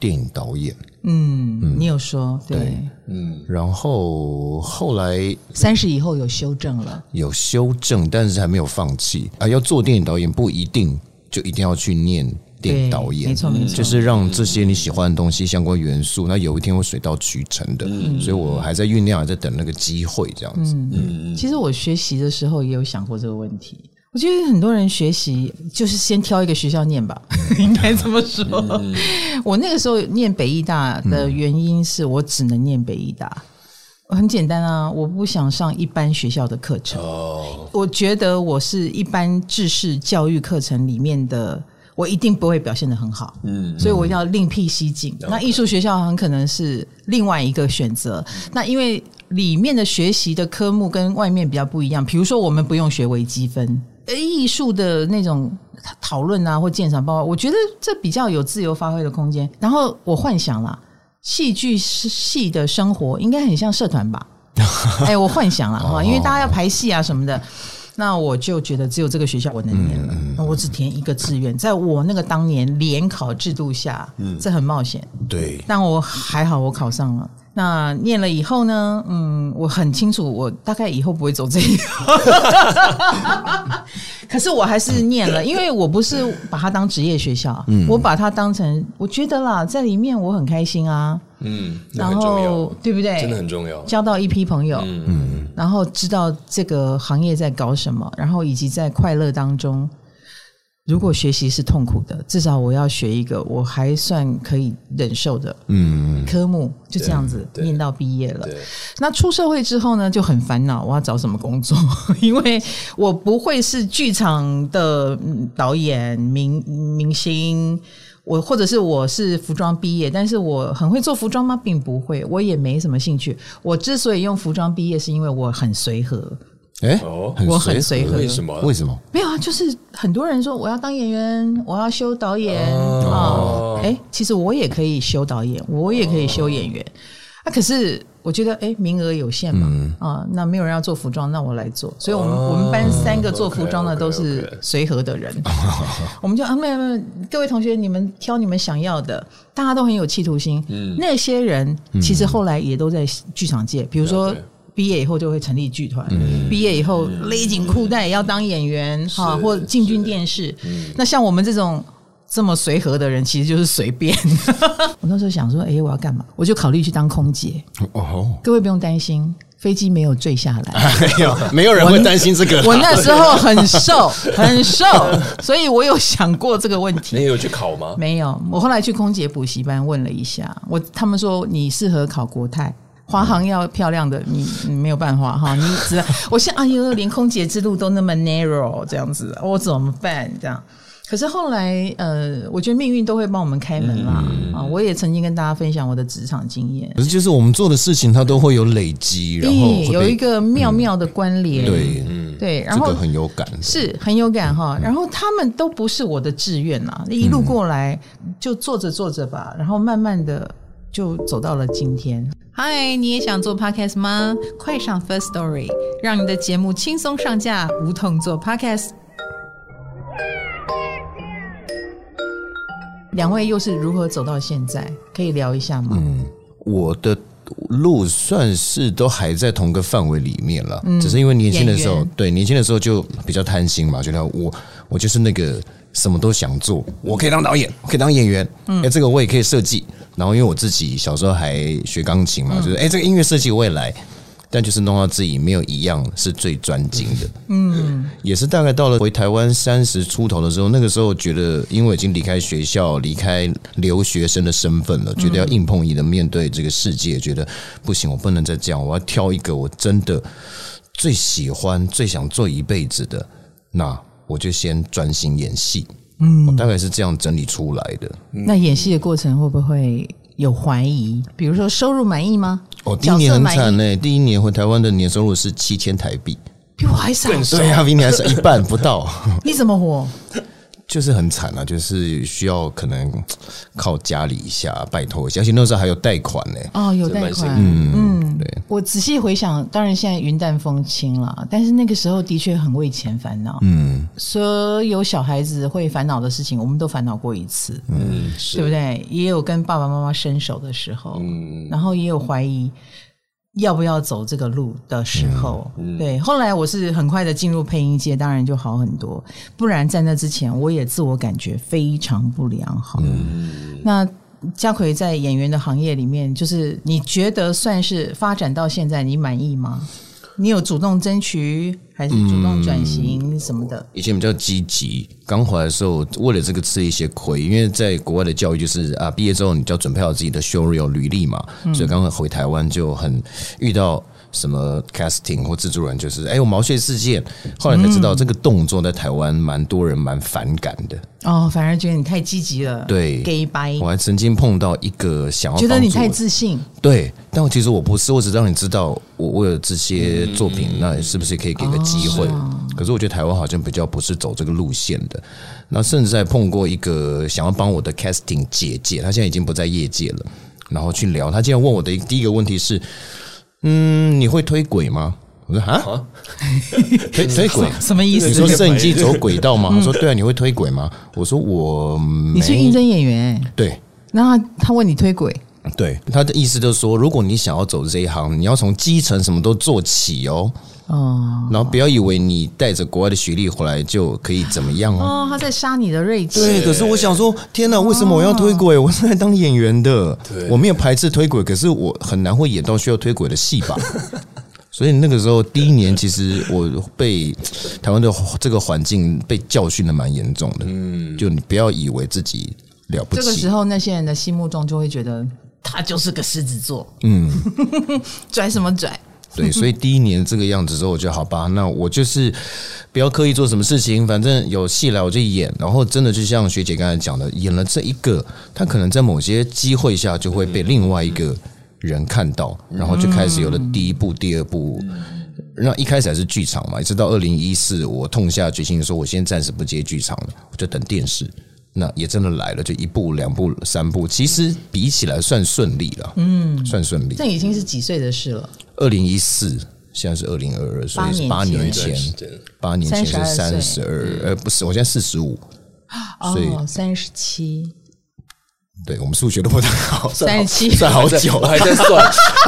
Speaker 3: 电影导演，
Speaker 1: 嗯，你有说对，嗯
Speaker 3: 然后后来
Speaker 1: 三十以后有修正了。
Speaker 3: 有修正，但是还没有放弃啊。要做电影导演，不一定就一定要去念电影导演，
Speaker 1: 对没错没错
Speaker 3: 就是让这些你喜欢的东西相关元素，那有一天会水到渠成的。
Speaker 1: 嗯
Speaker 3: 所以我还在酝酿，还在等那个机会，这样子。
Speaker 1: 其实我学习的时候也有想过这个问题。我觉得很多人学习就是先挑一个学校念吧，应该这么说。我那个时候念北医大的原因是我只能念北医大，很简单啊，我不想上一般学校的课程。
Speaker 2: 哦，
Speaker 1: 我觉得我是一般制式教育课程里面的，我一定不会表现的很好，嗯，所以我一定要另辟蹊径。那艺术学校很可能是另外一个选择。那因为里面的学习的科目跟外面比较不一样，比如说我们不用学微积分。呃艺术的那种讨论啊，或鉴赏报告，我觉得这比较有自由发挥的空间。然后我幻想啦，戏剧系的生活应该很像社团吧？ 哎、我幻想了
Speaker 2: 哦
Speaker 1: 哈，因为大家要排戏啊什么的，那我就觉得只有这个学校我能念
Speaker 2: 嗯
Speaker 1: 了，那我只填一个志愿。在我那个当年联考制度下，
Speaker 2: 嗯
Speaker 1: 这很冒险，
Speaker 3: 对，
Speaker 1: 但我还好我考上了。那念了以后呢，嗯，我很清楚，我大概以后不会走这一 条，可是我还是念了，因为我不是把它当职业学校，
Speaker 2: 嗯
Speaker 1: 我把它当成，我觉得啦，在里面我很开心啊，
Speaker 2: 嗯，那
Speaker 1: 然
Speaker 2: 很重要
Speaker 1: 后，对不对？
Speaker 2: 真的很 重要。
Speaker 1: 交到一批朋友，嗯，然后知道这个行业在搞什么，然后以及在快乐当中，如果学习是痛苦的，至少我要学一个我还算可以忍受的
Speaker 3: 嗯，
Speaker 1: 科目，就这样子
Speaker 2: 对
Speaker 1: 念到毕业了
Speaker 2: 对。
Speaker 1: 那出社会之后呢，就很烦恼，我要找什么工作？ 因为我不会是剧场的嗯导演、明明星。我或者是我是服装毕业，但是我很会做服装吗？并不会，我也没什么兴趣。我之所以用服装毕业，是因为我很随和，
Speaker 3: 哎
Speaker 2: 哦，
Speaker 1: 我很随和
Speaker 2: 为什么？
Speaker 3: 为什么？
Speaker 1: 没有啊，就是很多人说我要当演员，我要修导演啊，哎、其实我也可以修导演，我也可以修演员。啊，可是我觉得哎、诶名额有限嘛，啊，那没有人要做服装，那我来做。所以我们、我们班三个做服装的
Speaker 2: OK，OK，OK
Speaker 1: 都是随和的人，我们就啊，没有没有，各位同学，你们挑你们想要的，大家都很有企图心。
Speaker 2: 嗯
Speaker 1: 那些人其实后来也都在剧场界，比如说
Speaker 2: 了解。嗯
Speaker 1: 毕业以后就会成立剧团，毕业以后勒紧裤带也要当演员哈，
Speaker 2: 是嗯
Speaker 1: 或进军电视。那像我们这种这么随和的人，其实就是随便。 我那时候想说，哎、我要干嘛？我就考虑去当空姐。
Speaker 3: 哦，
Speaker 1: 各位不用担心，飞机没有坠下 来。
Speaker 3: 没有， 没有人会担心这个。
Speaker 1: 我那时候很瘦，很瘦，所以我有想过这个问题。
Speaker 2: 你也有去考吗？
Speaker 1: 没有，我后来去空姐补习班问了一下，我他们说你适合考国泰。华航要漂亮的你，你没有办法哈，你只我现在哎呦，连空姐之路都那么 narrow 这样子，我怎么办？这样，可是后来呃，我觉得命运都会帮我们开门啦、
Speaker 3: 嗯
Speaker 1: 啊！我也曾经跟大家分享我的职场经验，
Speaker 3: 可是就是我们做的事情，它都会有累积，然后
Speaker 1: 咦
Speaker 3: 会
Speaker 1: 有
Speaker 3: 被嗯
Speaker 1: 一个妙妙的关联，
Speaker 3: 对，嗯
Speaker 1: 对，然
Speaker 3: 这
Speaker 1: 后
Speaker 3: 个很有感。
Speaker 1: 是很有感哈。然后他们都不是我的志愿啊，一路过来就做着做着吧，然后慢慢的就走到了今天。嗨，你也想做 podcast 吗？快上 First Story，让你的节目轻松上架，无痛做 podcast。两位又是如何走到现在？可以聊一下吗？
Speaker 3: 我的路算是都还在同个范围里面了，只是因为年轻的
Speaker 1: 嗯
Speaker 3: 时
Speaker 1: 演
Speaker 3: 候
Speaker 1: 员，
Speaker 3: 对年轻的时候就比较贪心嘛，觉得我我就是那个什么都想做，我可以当导演，我可以当演员，哎、
Speaker 1: 嗯
Speaker 3: 这个我也可以设计。然后因为我自己小时候还学钢琴
Speaker 1: 嗯
Speaker 3: 嘛，就是哎、这个音乐设计我也来。但就是弄到自己没有一样是最专精的，也是大概到了回台湾三十出头的时候，那个时候觉得，因为已经离开学校、离开留学生的身份了，觉得要硬碰硬的面对这个世界，觉得不行，我不能再这样，我要挑一个我真的最喜欢、最想做一辈子的，那我就先专心演戏。嗯，我大概是这样整理出来的。
Speaker 1: 那演戏的过程会不会有怀疑？比如说收入满意吗？
Speaker 3: 哦，第一年
Speaker 1: 角色
Speaker 3: 很
Speaker 1: 满意
Speaker 3: 惨嘞、第一年回台湾的年收入是七千台币，
Speaker 1: 比我还少，
Speaker 3: 对啊，比你还是一半不到。
Speaker 1: 你怎么活？
Speaker 3: 就是很惨啊，就是需要可能靠家里一下拜托一下，而且那时候还有贷款呢、
Speaker 1: 哦，有
Speaker 2: 这
Speaker 1: 贷
Speaker 2: 蛮
Speaker 1: 款。
Speaker 2: 辛苦
Speaker 1: 嗯
Speaker 3: 对，
Speaker 1: 我仔细回想，当然现在云淡风轻了，但是那个时候的确很为钱烦恼。嗯，所有小孩子会烦恼的事情，我们都烦恼过一次，
Speaker 2: 嗯，
Speaker 1: 对不
Speaker 2: 是
Speaker 1: 对？也有跟爸爸妈妈伸手的时候，
Speaker 2: 嗯
Speaker 1: 然后也有怀疑要不要走这个路的时候。
Speaker 3: 嗯
Speaker 1: 对，后来我是很快的进入配音界，当然就好很多。不然在那之前，我也自我感觉非常不良好。
Speaker 3: 嗯
Speaker 1: 那家奎在演员的行业里面，就是你觉得算是发展到现在，你满意吗？你有主动争取，还是主动转型什么的？
Speaker 3: 以前比较积极，刚回来的时候为了这个吃一些亏，因为在国外的教育就是啊，毕业之后你就要准备好自己的 show reel 履历嘛，
Speaker 1: 嗯
Speaker 3: 所以刚刚回台湾就很遇到。什么 casting 或制作人就是，哎、我毛遂自荐，后来才
Speaker 1: 嗯
Speaker 3: 知道这个动作在台湾蛮多人蛮反感的。
Speaker 1: 哦，反而觉得你太积极了，
Speaker 3: 对
Speaker 1: ，gay 掰，
Speaker 3: 我还曾经碰到一个想要
Speaker 1: 觉得
Speaker 3: 帮
Speaker 1: 你
Speaker 3: 助
Speaker 1: 太
Speaker 3: 我
Speaker 1: 自信。
Speaker 3: 对，但我其实我不是，我只让你知道我我有这些作品，那是不是可以给个机会？可是我觉得台湾好像比较不是走这个路线的。那甚至还碰过一个想要帮我的 casting 姐姐，她现在已经不在业界了，然后去聊，她竟然问我的一第一个问题是：嗯，你会推轨吗？我说啊，推推轨。
Speaker 1: 什么意思？
Speaker 3: 你说摄影机走轨道吗？她说对啊，你会推轨吗？我说我
Speaker 1: 你
Speaker 3: 没
Speaker 1: 是应征演员、
Speaker 3: 对，
Speaker 1: 然后他他问你推轨，
Speaker 3: 对，他的意思就是说，如果你想要走这一行，你要从基层什么都做起哦，
Speaker 1: 哦
Speaker 3: 然后不要以为你带着国外的学历回来就可以怎么样哦。
Speaker 1: 哦，他在杀你的锐气。
Speaker 3: 对，可是我想说，天哪，为什么我要推轨？我是来当演员的，
Speaker 2: 对
Speaker 3: 我没有排斥推轨，可是我很难会演到需要推轨的戏吧。 所以那个时候第一年，其实我被台湾的这个环境被教训的蛮严重的。嗯，就你不要以为自己了不
Speaker 1: 这个时
Speaker 3: 起，
Speaker 1: 候，那些人的心目中就会觉得他就是个狮子座，嗯， 拽什么拽？
Speaker 3: 对，所以第一年这个样子之后，我就好吧，那我就是不要刻意做什么事情，反正有戏来我就演。然后真的就像学姐刚才讲的，演了这一个，他可能在某些机会下就会被另外一个人看到，然后就开始有了第一步、第二步。那一开始还是剧场嘛，一直到二零一四，我痛下决心说，我先暂时不接剧场了，我就等电视。那也真的来了，就一步、两步、三步，其实比起来算顺利了，嗯，算顺利
Speaker 1: 那。已经是几岁的事了？
Speaker 3: 二零一四，现在是二零二二，所以是八
Speaker 1: 八年
Speaker 3: 年
Speaker 1: 前
Speaker 3: 前
Speaker 2: 有一段时间，
Speaker 3: 八年前是
Speaker 1: 32
Speaker 3: 三十二，呃，不是，我现在四十五，所以
Speaker 1: 哦，三十七，
Speaker 3: 对我们数学都不太 好，
Speaker 1: 三十七，
Speaker 3: 算好
Speaker 2: 我在
Speaker 3: 久
Speaker 2: 我
Speaker 3: 了，
Speaker 2: 还在 算，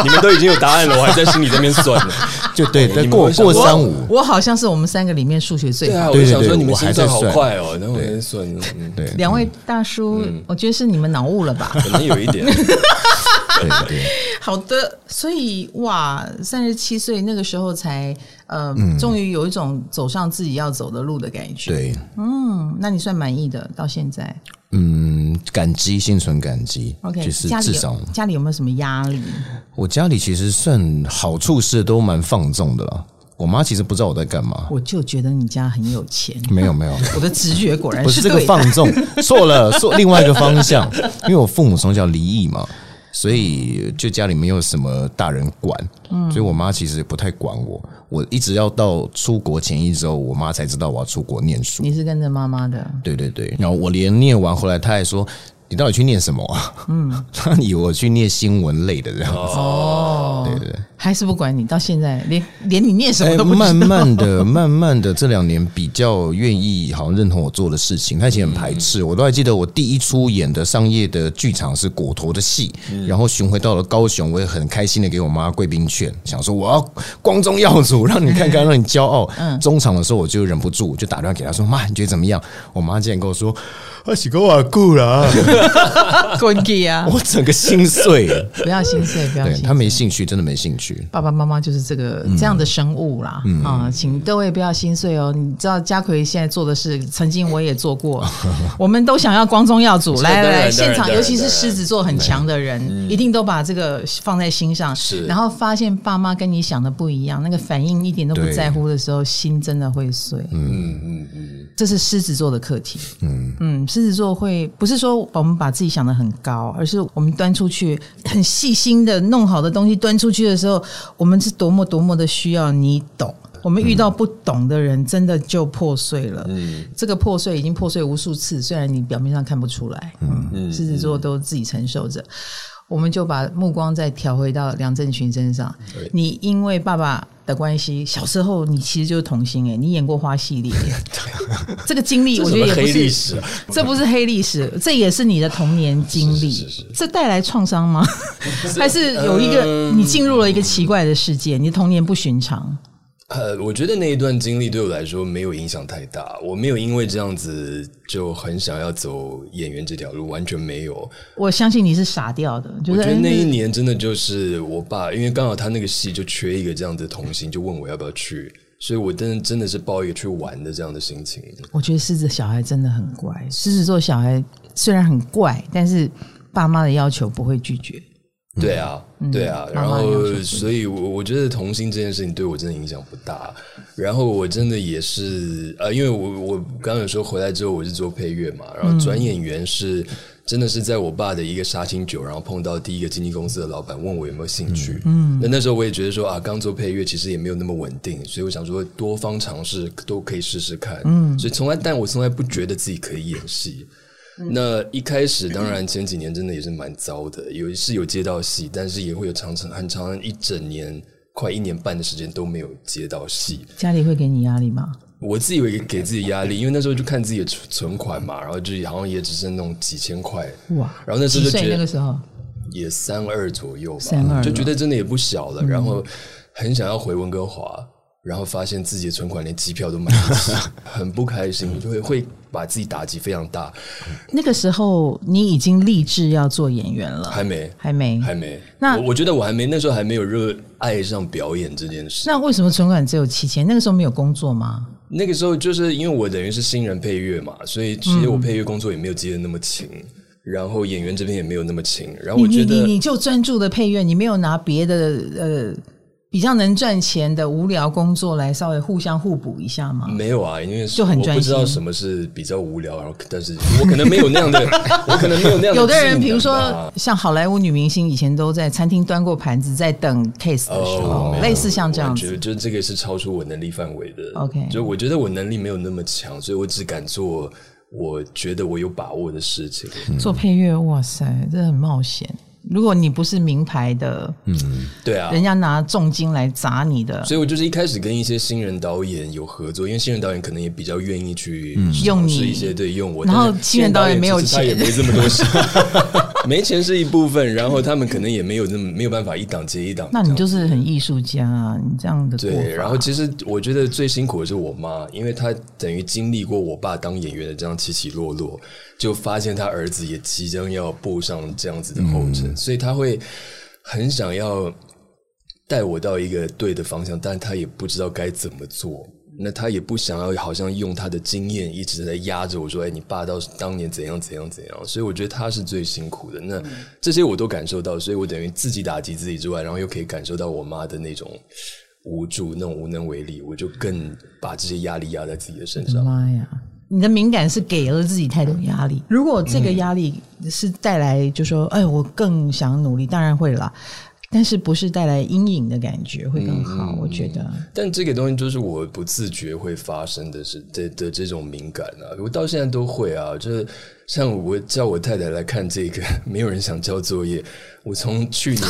Speaker 2: 你们都已经有答案了，我还在心里这边算呢。
Speaker 3: 就对，
Speaker 2: 你
Speaker 3: 但
Speaker 2: 们
Speaker 3: 过
Speaker 2: 会想
Speaker 3: 过
Speaker 2: 说
Speaker 3: 三五，
Speaker 1: 我好像是我们三个里面数学最
Speaker 2: 对
Speaker 1: 好。
Speaker 2: 啊，我
Speaker 3: 对
Speaker 2: 就
Speaker 3: 对
Speaker 2: 想说
Speaker 3: 对
Speaker 2: 你们
Speaker 3: 我还
Speaker 2: 心算
Speaker 3: 在
Speaker 2: 好
Speaker 3: 算
Speaker 2: 快哦，然后我在算，嗯，
Speaker 3: 对嗯
Speaker 1: 两位大叔，我觉得是你们脑误了吧？
Speaker 2: 可能有一点。
Speaker 3: 对对，
Speaker 1: 好的，所以哇，三十七岁那个时候才呃，
Speaker 3: 嗯
Speaker 1: 终于有一种走上自己要走的路的感觉。，
Speaker 3: 对，
Speaker 1: 嗯，那你算满意的，到现在
Speaker 3: 嗯，感激，心存感激
Speaker 1: OK？
Speaker 3: 就是
Speaker 1: 家里
Speaker 3: 至
Speaker 1: 有
Speaker 3: 少
Speaker 1: 家里有没有什么压力？
Speaker 3: 我家里其实算好处是都蛮放纵的啦，我妈其实不知道我在干嘛，
Speaker 1: 我就觉得你家很有钱，
Speaker 3: 没有没有。
Speaker 1: 我的直觉果然
Speaker 3: 哎不是这个
Speaker 1: 对的。
Speaker 3: 放 纵，错了，错另外一个方向。因为我父母从小离异嘛，所以就家里没有什么大人管，所以我妈其实不太管我。我一直要到出国前一周，我妈才知道我要出国念书。
Speaker 1: 你是跟着妈妈的，
Speaker 3: 对对对，然后我连念完回来，她还说。你到底去念什么啊？嗯， 她以为我去念新闻类的这样子。哦，对对对，
Speaker 1: 还是不管你？到现在连连你念什么
Speaker 3: 哎，
Speaker 1: 都不知道。
Speaker 3: 慢慢的、 慢慢的，这两年比较愿意，好像认同我做的事情。他以前很排斥，
Speaker 1: 嗯
Speaker 3: 我都还记得我第一出演的商业的剧场是果陀的戏，
Speaker 1: 嗯
Speaker 3: 然后巡回到了高雄，我也很开心的给我妈贵宾券，想说我要光宗耀祖，让你看看，让你骄傲。
Speaker 1: 嗯
Speaker 3: 中场的时候我就忍不住就打电话给她说：“妈，你觉得怎么样？”我妈竟然跟我说：“啊二喜哥瓦 固啦！”
Speaker 1: 滚给啊！
Speaker 3: 我整个心碎。
Speaker 1: 不要心碎，不要
Speaker 3: 对
Speaker 1: 心
Speaker 3: 她
Speaker 1: 碎。
Speaker 3: 没兴趣，真的没兴 趣。
Speaker 1: 爸爸妈妈就是这个
Speaker 2: 嗯
Speaker 1: 这样的生物啦，啊，请各位不要心碎哦。你知道家奎现在做的事，曾经我也做过， 我们都想要光宗耀祖。
Speaker 2: 是
Speaker 1: 来
Speaker 2: 当
Speaker 1: 来
Speaker 2: 然
Speaker 1: 来，
Speaker 2: 当
Speaker 1: 现
Speaker 2: 然
Speaker 1: 场
Speaker 2: 当
Speaker 1: 尤
Speaker 2: 然
Speaker 1: 其是
Speaker 2: 当然嗯
Speaker 1: 狮子座很强的人，一定都把这个放在心上。
Speaker 2: 是
Speaker 1: 然后发现爸妈跟你想的不一样，那个反应一点都不
Speaker 3: 对
Speaker 1: 在乎的时候，心真的会碎。
Speaker 2: 嗯嗯嗯，
Speaker 1: 这是狮子座的课题。嗯嗯，狮子座会不是说我们把自己想的很高，而是我们端出去很细心的弄好的东西端出去的时候，我们是多么多么的需要你懂。我们遇
Speaker 2: 嗯
Speaker 1: 到不懂的人，真的就破碎了。嗯，这个破碎已经破碎无数次，虽然你表面上看不出来。嗯，狮子座都自己承受着。我们就把目光再调回到梁振群身上。你因为爸爸的关系，小时候你其实就是童星哎、你演过花系 列耶、这个经历
Speaker 2: 这
Speaker 1: 我
Speaker 2: 什
Speaker 1: 觉得
Speaker 2: 么
Speaker 1: 也不
Speaker 2: 黑历
Speaker 1: 是，
Speaker 2: 史啊？
Speaker 1: 这不是黑历史，这也是你的童年经历。这带来创伤吗？ 还是有一个
Speaker 2: 嗯
Speaker 1: 你进入了一个奇怪的世界，你的童年不寻常？
Speaker 2: 呃，我觉得那一段经历对我来说没有影响太大，我没有因为这样子就很想要走演员这条路，完全没有。
Speaker 1: 我相信你是傻掉的，就
Speaker 2: 我
Speaker 1: 是
Speaker 2: 觉得那一
Speaker 1: 哎
Speaker 2: 年真的就是我爸，因为刚好他那个戏就缺一个这样的童星，就问我要不要去，所以我真的真的是抱一个去玩的这样的心情。
Speaker 1: 我觉得狮子小孩真的很乖。狮子座小孩虽然很怪，但是爸妈的要求不会拒绝。
Speaker 2: 对啊，对啊，
Speaker 1: 妈
Speaker 2: 然
Speaker 1: 妈要求
Speaker 2: 后
Speaker 1: 是
Speaker 2: 所以我，我觉得童星这件事情对我真的影响不大。然后我真的也是，呃，因为我我刚刚有说回来之后我是做配乐嘛，然后转演员是、真的是在我爸的一个杀青酒，然后碰到第一个经纪公司的老板问我有没有兴趣。嗯，那那时候我也觉得说啊，刚做配乐其实也没有那么稳定，所以我想说多方尝试都可以试试看。嗯，所以从来，但我从来不觉得自己可以演戏。那一开始，当然前几年真的也是蛮糟的，有是有接到戏，但是也会有长长很长一整年，快一年半的时间都没有接到戏。
Speaker 1: 家里会给你压力吗？
Speaker 2: 我自己有一个给自己压力，因为那时候就看自己的存存款嘛，然后就好像也只剩那种几千块，
Speaker 1: 哇，
Speaker 2: 然后那
Speaker 1: 几
Speaker 2: 时候就
Speaker 1: 岁
Speaker 2: 觉
Speaker 1: 那
Speaker 2: 得
Speaker 1: 个时候，
Speaker 2: 也三二左右
Speaker 1: 32
Speaker 2: 吧，就觉得真的也不小了，然后很想要回温哥华。然后发现自己的存款连机票都买不起，很不开心，就会会把自己打击非常大。
Speaker 1: 那个时候你已经立志要做演员了，
Speaker 2: 还没，
Speaker 1: 还没，
Speaker 2: 还没。
Speaker 1: 嗯那
Speaker 2: 我我觉得我还没那时候还没有热爱上表演这件事。
Speaker 1: 那为什么存款只有七千？那个时候没有工作吗？
Speaker 2: 那个时候就是因为我等于是新人配乐嘛，所以其实我配乐工作也没有接的那么勤，然后演员这边也没有那么勤。然后
Speaker 1: 你
Speaker 2: 我
Speaker 1: 你
Speaker 2: 觉
Speaker 1: 嗯你
Speaker 2: 得
Speaker 1: 你就专注的配乐，你没有拿别的呃比较能赚钱的无聊工作来稍微互相互补一下吗？
Speaker 2: 没有啊，因为
Speaker 1: 就很
Speaker 2: 我
Speaker 1: 专
Speaker 2: 不知道
Speaker 1: 心
Speaker 2: 什么是比较无聊，然后但是我可能没有那 样的，我可能没有那样的技能吧。哦
Speaker 1: 有的人，比如说像好莱坞女明星，以前都在餐厅端过盘子，在等 case 的时候，
Speaker 2: 哦，
Speaker 1: 类似像这样
Speaker 2: 我觉
Speaker 1: 子
Speaker 2: 得。就是这个是超出我能力范围的。
Speaker 1: OK
Speaker 2: 就我觉得我能力没有那么强，所以我只敢做我觉得我有把握的事情。
Speaker 1: 做配乐，哇塞，这很冒险。如果你不是名牌的，
Speaker 2: 对啊，
Speaker 1: 人家拿重金来砸你的，
Speaker 2: 所以我就是一开始跟一些新人导演有合作，因为新人导演可能也比较愿意去
Speaker 1: 用
Speaker 2: 尝
Speaker 1: 你
Speaker 2: 试一些对用我，
Speaker 1: 然后
Speaker 2: 但是
Speaker 1: 新人导演没有
Speaker 2: 其实他也
Speaker 1: 钱
Speaker 2: 没这么多钱， 没钱是一部分，然后他们可能也没有这么没有办法一档接一档，
Speaker 1: 那你就是很艺术家啊！你这样的做
Speaker 2: 对，
Speaker 1: 法，
Speaker 2: 然后其实我觉得最辛苦的是我妈，因为她等于经历过我爸当演员的这样起起落落，就发现她儿子也即将要步上这样子的后尘，所以她会很想要带我到一个对的方向，但她也不知道该怎么做。那她也不想要，好像用她的经验一直在压着我说：“哎，你爸到当年怎样怎样怎样。”所以我觉得她是最辛苦的。那这些我都感受到，所以我等于自己打击自己之外，然后又可以感受到我妈的那种无助、那种无能为力，我就更把这些压力压在自己的身上。
Speaker 1: 妈呀！你的敏感是给了自己太多压
Speaker 2: 嗯
Speaker 1: 力。如果这个压力是带来，就说，哎，我更想努力，当然会啦。但是不是带来阴影的感觉会更好？
Speaker 2: 嗯
Speaker 1: 我觉得
Speaker 2: 但这个东西就是我不自觉会发生的是的的这种敏感啊，我到现在都会啊，就是像我叫我太太来看这个， 没有人想交作业，我从去年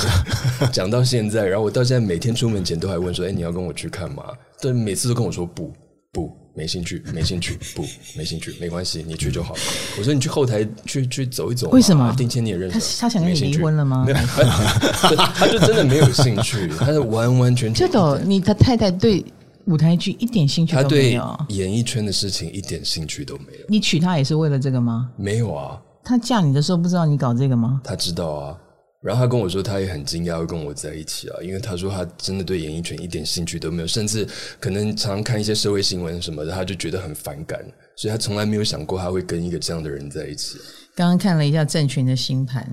Speaker 2: 讲到现在，然后我到现在每天出门前都还问说，哎，你要跟我去看吗？但每次都跟我说不不。没兴趣，没兴趣， 不，没兴趣，没关系，你去就好。我说你去后台去去走一走嘛，
Speaker 1: 为什么
Speaker 2: 定谦你也认
Speaker 1: 他
Speaker 2: 识啊，
Speaker 1: 他想跟
Speaker 2: 没
Speaker 1: 你
Speaker 2: 兴
Speaker 1: 离
Speaker 2: 趣
Speaker 1: 婚了吗
Speaker 2: 没？有，他就真的没有兴趣，他是完完全全
Speaker 1: 这个你的太太对舞台剧一点兴趣
Speaker 2: 他
Speaker 1: 都没
Speaker 2: 对
Speaker 1: 有。
Speaker 2: 演艺圈的事情一点兴趣都没有。
Speaker 1: 你娶她也是为了这个吗？
Speaker 2: 没有啊，
Speaker 1: 她嫁你的时候不知道你搞这个吗？
Speaker 2: 他知道啊。然后他跟我说，他也很惊讶会跟我在一起啊，因为他说他真的对演艺圈一点兴趣都没有，甚至可能常看一些社会新闻什么的，他就觉得很反感，所以他从来没有想过他会跟一个这样的人在一起。
Speaker 1: 刚刚看了一下郑群的星盘，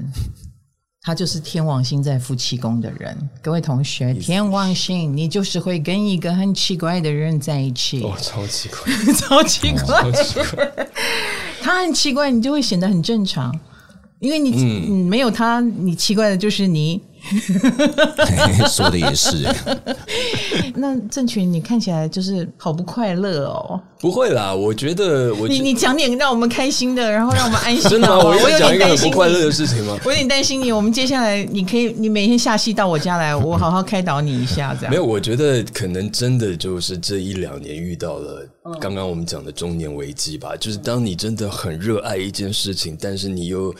Speaker 1: 他就是天王星在夫妻宫的人。各位同学，天王星你就是会跟一个很奇怪的人在一起，
Speaker 2: 哦，超奇 怪，
Speaker 1: 超奇怪
Speaker 2: 超。奇怪，
Speaker 1: 他很奇怪，你就会显得很正常，因为你、
Speaker 2: 嗯
Speaker 1: 你没有他，你奇怪的就是你。
Speaker 3: 哎说的 也是，
Speaker 1: 那郑群，你看起来就是好不快乐哦。
Speaker 2: 不会啦，我觉得我
Speaker 1: 你你讲点让我们开心的，然后让我们安心
Speaker 2: 真的吗？啊
Speaker 1: 好不好
Speaker 2: 我
Speaker 1: 我
Speaker 2: 有
Speaker 1: 有
Speaker 2: 讲一
Speaker 1: 点
Speaker 2: 个
Speaker 1: 担
Speaker 2: 很
Speaker 1: 心
Speaker 2: 不
Speaker 1: 你
Speaker 2: 快乐的事情吗？
Speaker 1: 我有点担心你。我们接下来你可以，你每天下戏到我家来，我好好开导你一下，这样
Speaker 2: 没。有，我觉得可能真的就是这一两年遇到了
Speaker 1: 嗯
Speaker 2: 刚刚我们讲的中年危机吧，就是当你真的很热爱一件事情，但是你又。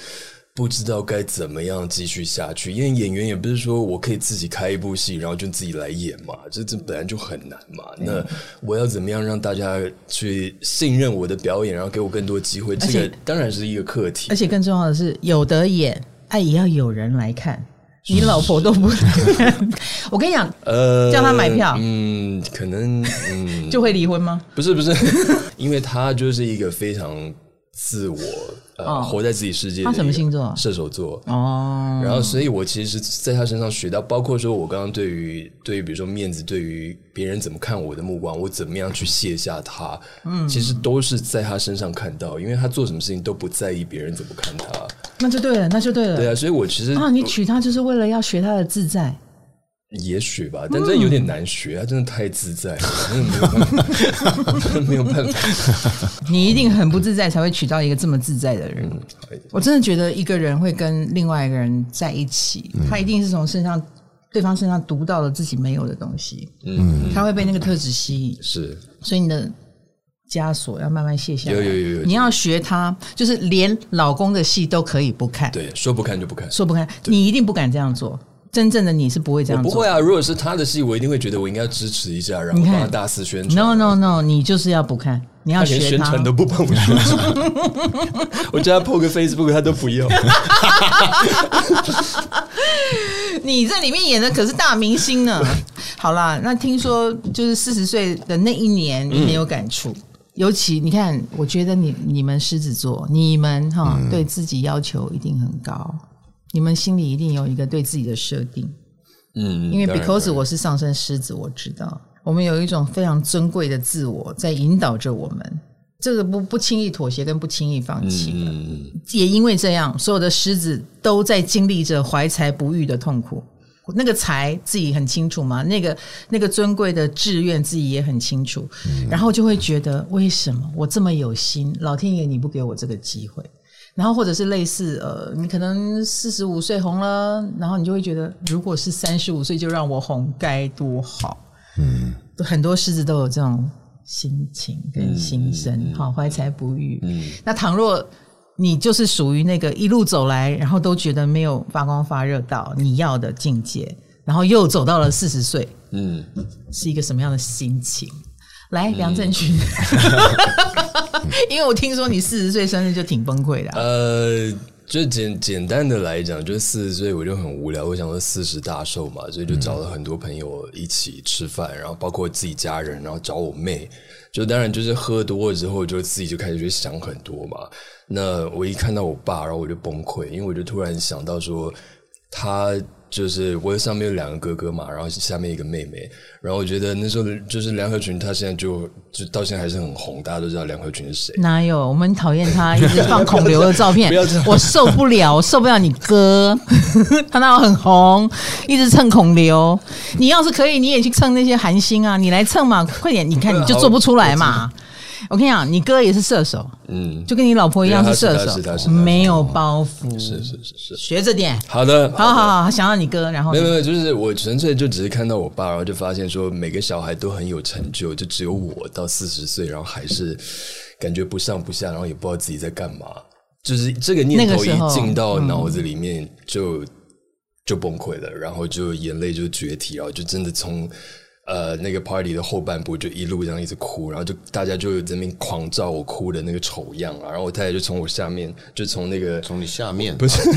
Speaker 2: 不知道该怎么样继续下去，因为演员也不是说我可以自己开一部戏，然后就自己来演嘛，这这本来就很难嘛。
Speaker 1: 嗯
Speaker 2: 那我要怎么样让大家去信任我的表演，然后给我更多机会？这
Speaker 1: 且
Speaker 2: 个当然是一个课题
Speaker 1: 而。且更重要的是，有得演，爱也要有人来看。你老婆都不看， 我跟你讲，
Speaker 2: 呃，
Speaker 1: 叫他买票
Speaker 2: 嗯，可能，嗯，
Speaker 1: 就会离婚吗？
Speaker 2: 不是不 是，因为他就是一个非常自我，呃，
Speaker 1: 哦
Speaker 2: 活在自己世界的一个。
Speaker 1: 他什么星座啊
Speaker 2: 射手座。
Speaker 1: 哦，
Speaker 2: 然后，所以我其实在他身上学到，包括说我刚刚对于对于比如说面子，对于别人怎么看我的目光，我怎么样去卸下他，嗯，其实都是在他身上看到，因为他做什么事情都不在意别人怎么看他。
Speaker 1: 那就对了，那就对了。
Speaker 2: 对啊，所以我其实
Speaker 1: 嗯啊，你娶她就是为了要学她的自在。
Speaker 2: 也许吧，但真的有点难学，他真的太自在了，真的没有办 法，真的没有办法。
Speaker 1: 你一定很不自在，才会娶到一个这么自在的人。
Speaker 2: 嗯
Speaker 1: 我真的觉得一个人会跟另外一个人在一起，
Speaker 2: 嗯
Speaker 1: 他一定是从身上对方身上读到了自己没有的东西，
Speaker 2: 嗯，
Speaker 1: 他会被那个特质吸引。
Speaker 2: 是
Speaker 1: 所以你的枷锁要慢慢卸下来。
Speaker 2: 有有有有有
Speaker 1: 你要学他，就是连老公的戏都可以不看，
Speaker 2: 对，说不看就不看，
Speaker 1: 说不看，你一定不敢这样做。真正的你是不会这
Speaker 2: 我
Speaker 1: 样
Speaker 2: 不
Speaker 1: 做。
Speaker 2: 会啊，如果是他的戏，我一定会觉得我应该要支持一下，然后
Speaker 1: 你看
Speaker 2: 帮他大肆宣
Speaker 1: No
Speaker 2: 传。
Speaker 1: no no，你就是要不看，你要
Speaker 2: 他连
Speaker 1: 学
Speaker 2: 宣传都不帮我宣传， 我叫他 po 个 Facebook，他都不要。
Speaker 1: 你这里面演的可是大明星 呢。好啦，那听说就是四十岁的那一年，你很有感触。
Speaker 2: 嗯
Speaker 1: 尤其你看，我觉得你你们狮子座，你们哈、
Speaker 2: 嗯
Speaker 1: 对自己要求一定很高，你们心里一定有一个对自己的设定。
Speaker 2: 嗯，
Speaker 1: 因为
Speaker 2: 当然
Speaker 1: because 我是上升狮子，我知道我们有一种非常尊贵的自我在引导着我们，这个不不轻易妥协跟不轻易放弃。
Speaker 2: 嗯，
Speaker 1: 也因为这样，所有的狮子都在经历着怀才不遇的痛苦。那个财自己很清楚嘛，那个那个尊贵的志愿自己也很清楚，然后就会觉得为什么我这么有心，老天爷你不给我这个机会？然后或者是类似呃，你可能四十五岁红了，然后你就会觉得，如果是三十五岁就让我红该多好。嗯，很多狮子都有这种心情跟心声，好、怀才不遇。嗯，那倘若你就是属于那个一路走来，然后都觉得没有发光发热到你要的境界，然后又走到了四十岁，
Speaker 2: 嗯，
Speaker 1: 是一个什么样的心情？来，梁振群， 因为我听说你四十岁生日就挺崩溃的啊、
Speaker 2: 呃，就简简单的来讲，就四十岁我就很无聊，我想说四十大寿嘛，所以就找了很多朋友一起吃饭，然后包括自己家人，然后找我妹。就当然就是喝多了之后，就自己就开始去想很多嘛。那我一看到我爸，然后我就崩溃，因为我就突然想到说，他就是我上面有两个哥哥嘛，然后下面一个妹妹，然后我觉得那时候就是梁和群，他现在就就到现在还是很红，大家都知道梁和群是谁。
Speaker 1: 哪有？我们很讨厌他一直放孔刘的照片
Speaker 2: 不要这样，
Speaker 1: 我受不了，受不了你哥，他那很红，一直蹭孔刘。你要是可以，你也去蹭那些韩星啊，你来蹭嘛，快点！你看
Speaker 2: 对啊
Speaker 1: 你 就做不出来嘛。我跟你讲，你哥也是射手，
Speaker 2: 嗯，
Speaker 1: 就跟你老婆一样
Speaker 2: 对啊
Speaker 1: 射
Speaker 2: 他是他是他
Speaker 1: 手，
Speaker 2: 是他是
Speaker 1: 没有包袱，
Speaker 2: 是是是是，
Speaker 1: 学着点。
Speaker 2: 好的，
Speaker 1: 好
Speaker 2: 的
Speaker 1: 好好，想到你哥，然后
Speaker 2: 没有没有，就是我纯粹就只是看到我爸，然后就发现说每个小孩都很有成就，就只有我到四十岁，然后还是感觉不上不下，然后也不知道自己在干嘛，就是这个念
Speaker 1: 那
Speaker 2: 头
Speaker 1: 个
Speaker 2: 一
Speaker 1: 时候
Speaker 2: 进到脑子里面就、就崩溃了，然后就眼泪就决堤，然后就真的从。呃，那个 party 的后半部就一路这样一直哭，然后就大家就在那边狂照我哭的那个丑样啊，然后我太太就从我下面，就从那个
Speaker 3: 从你下面
Speaker 2: 不是，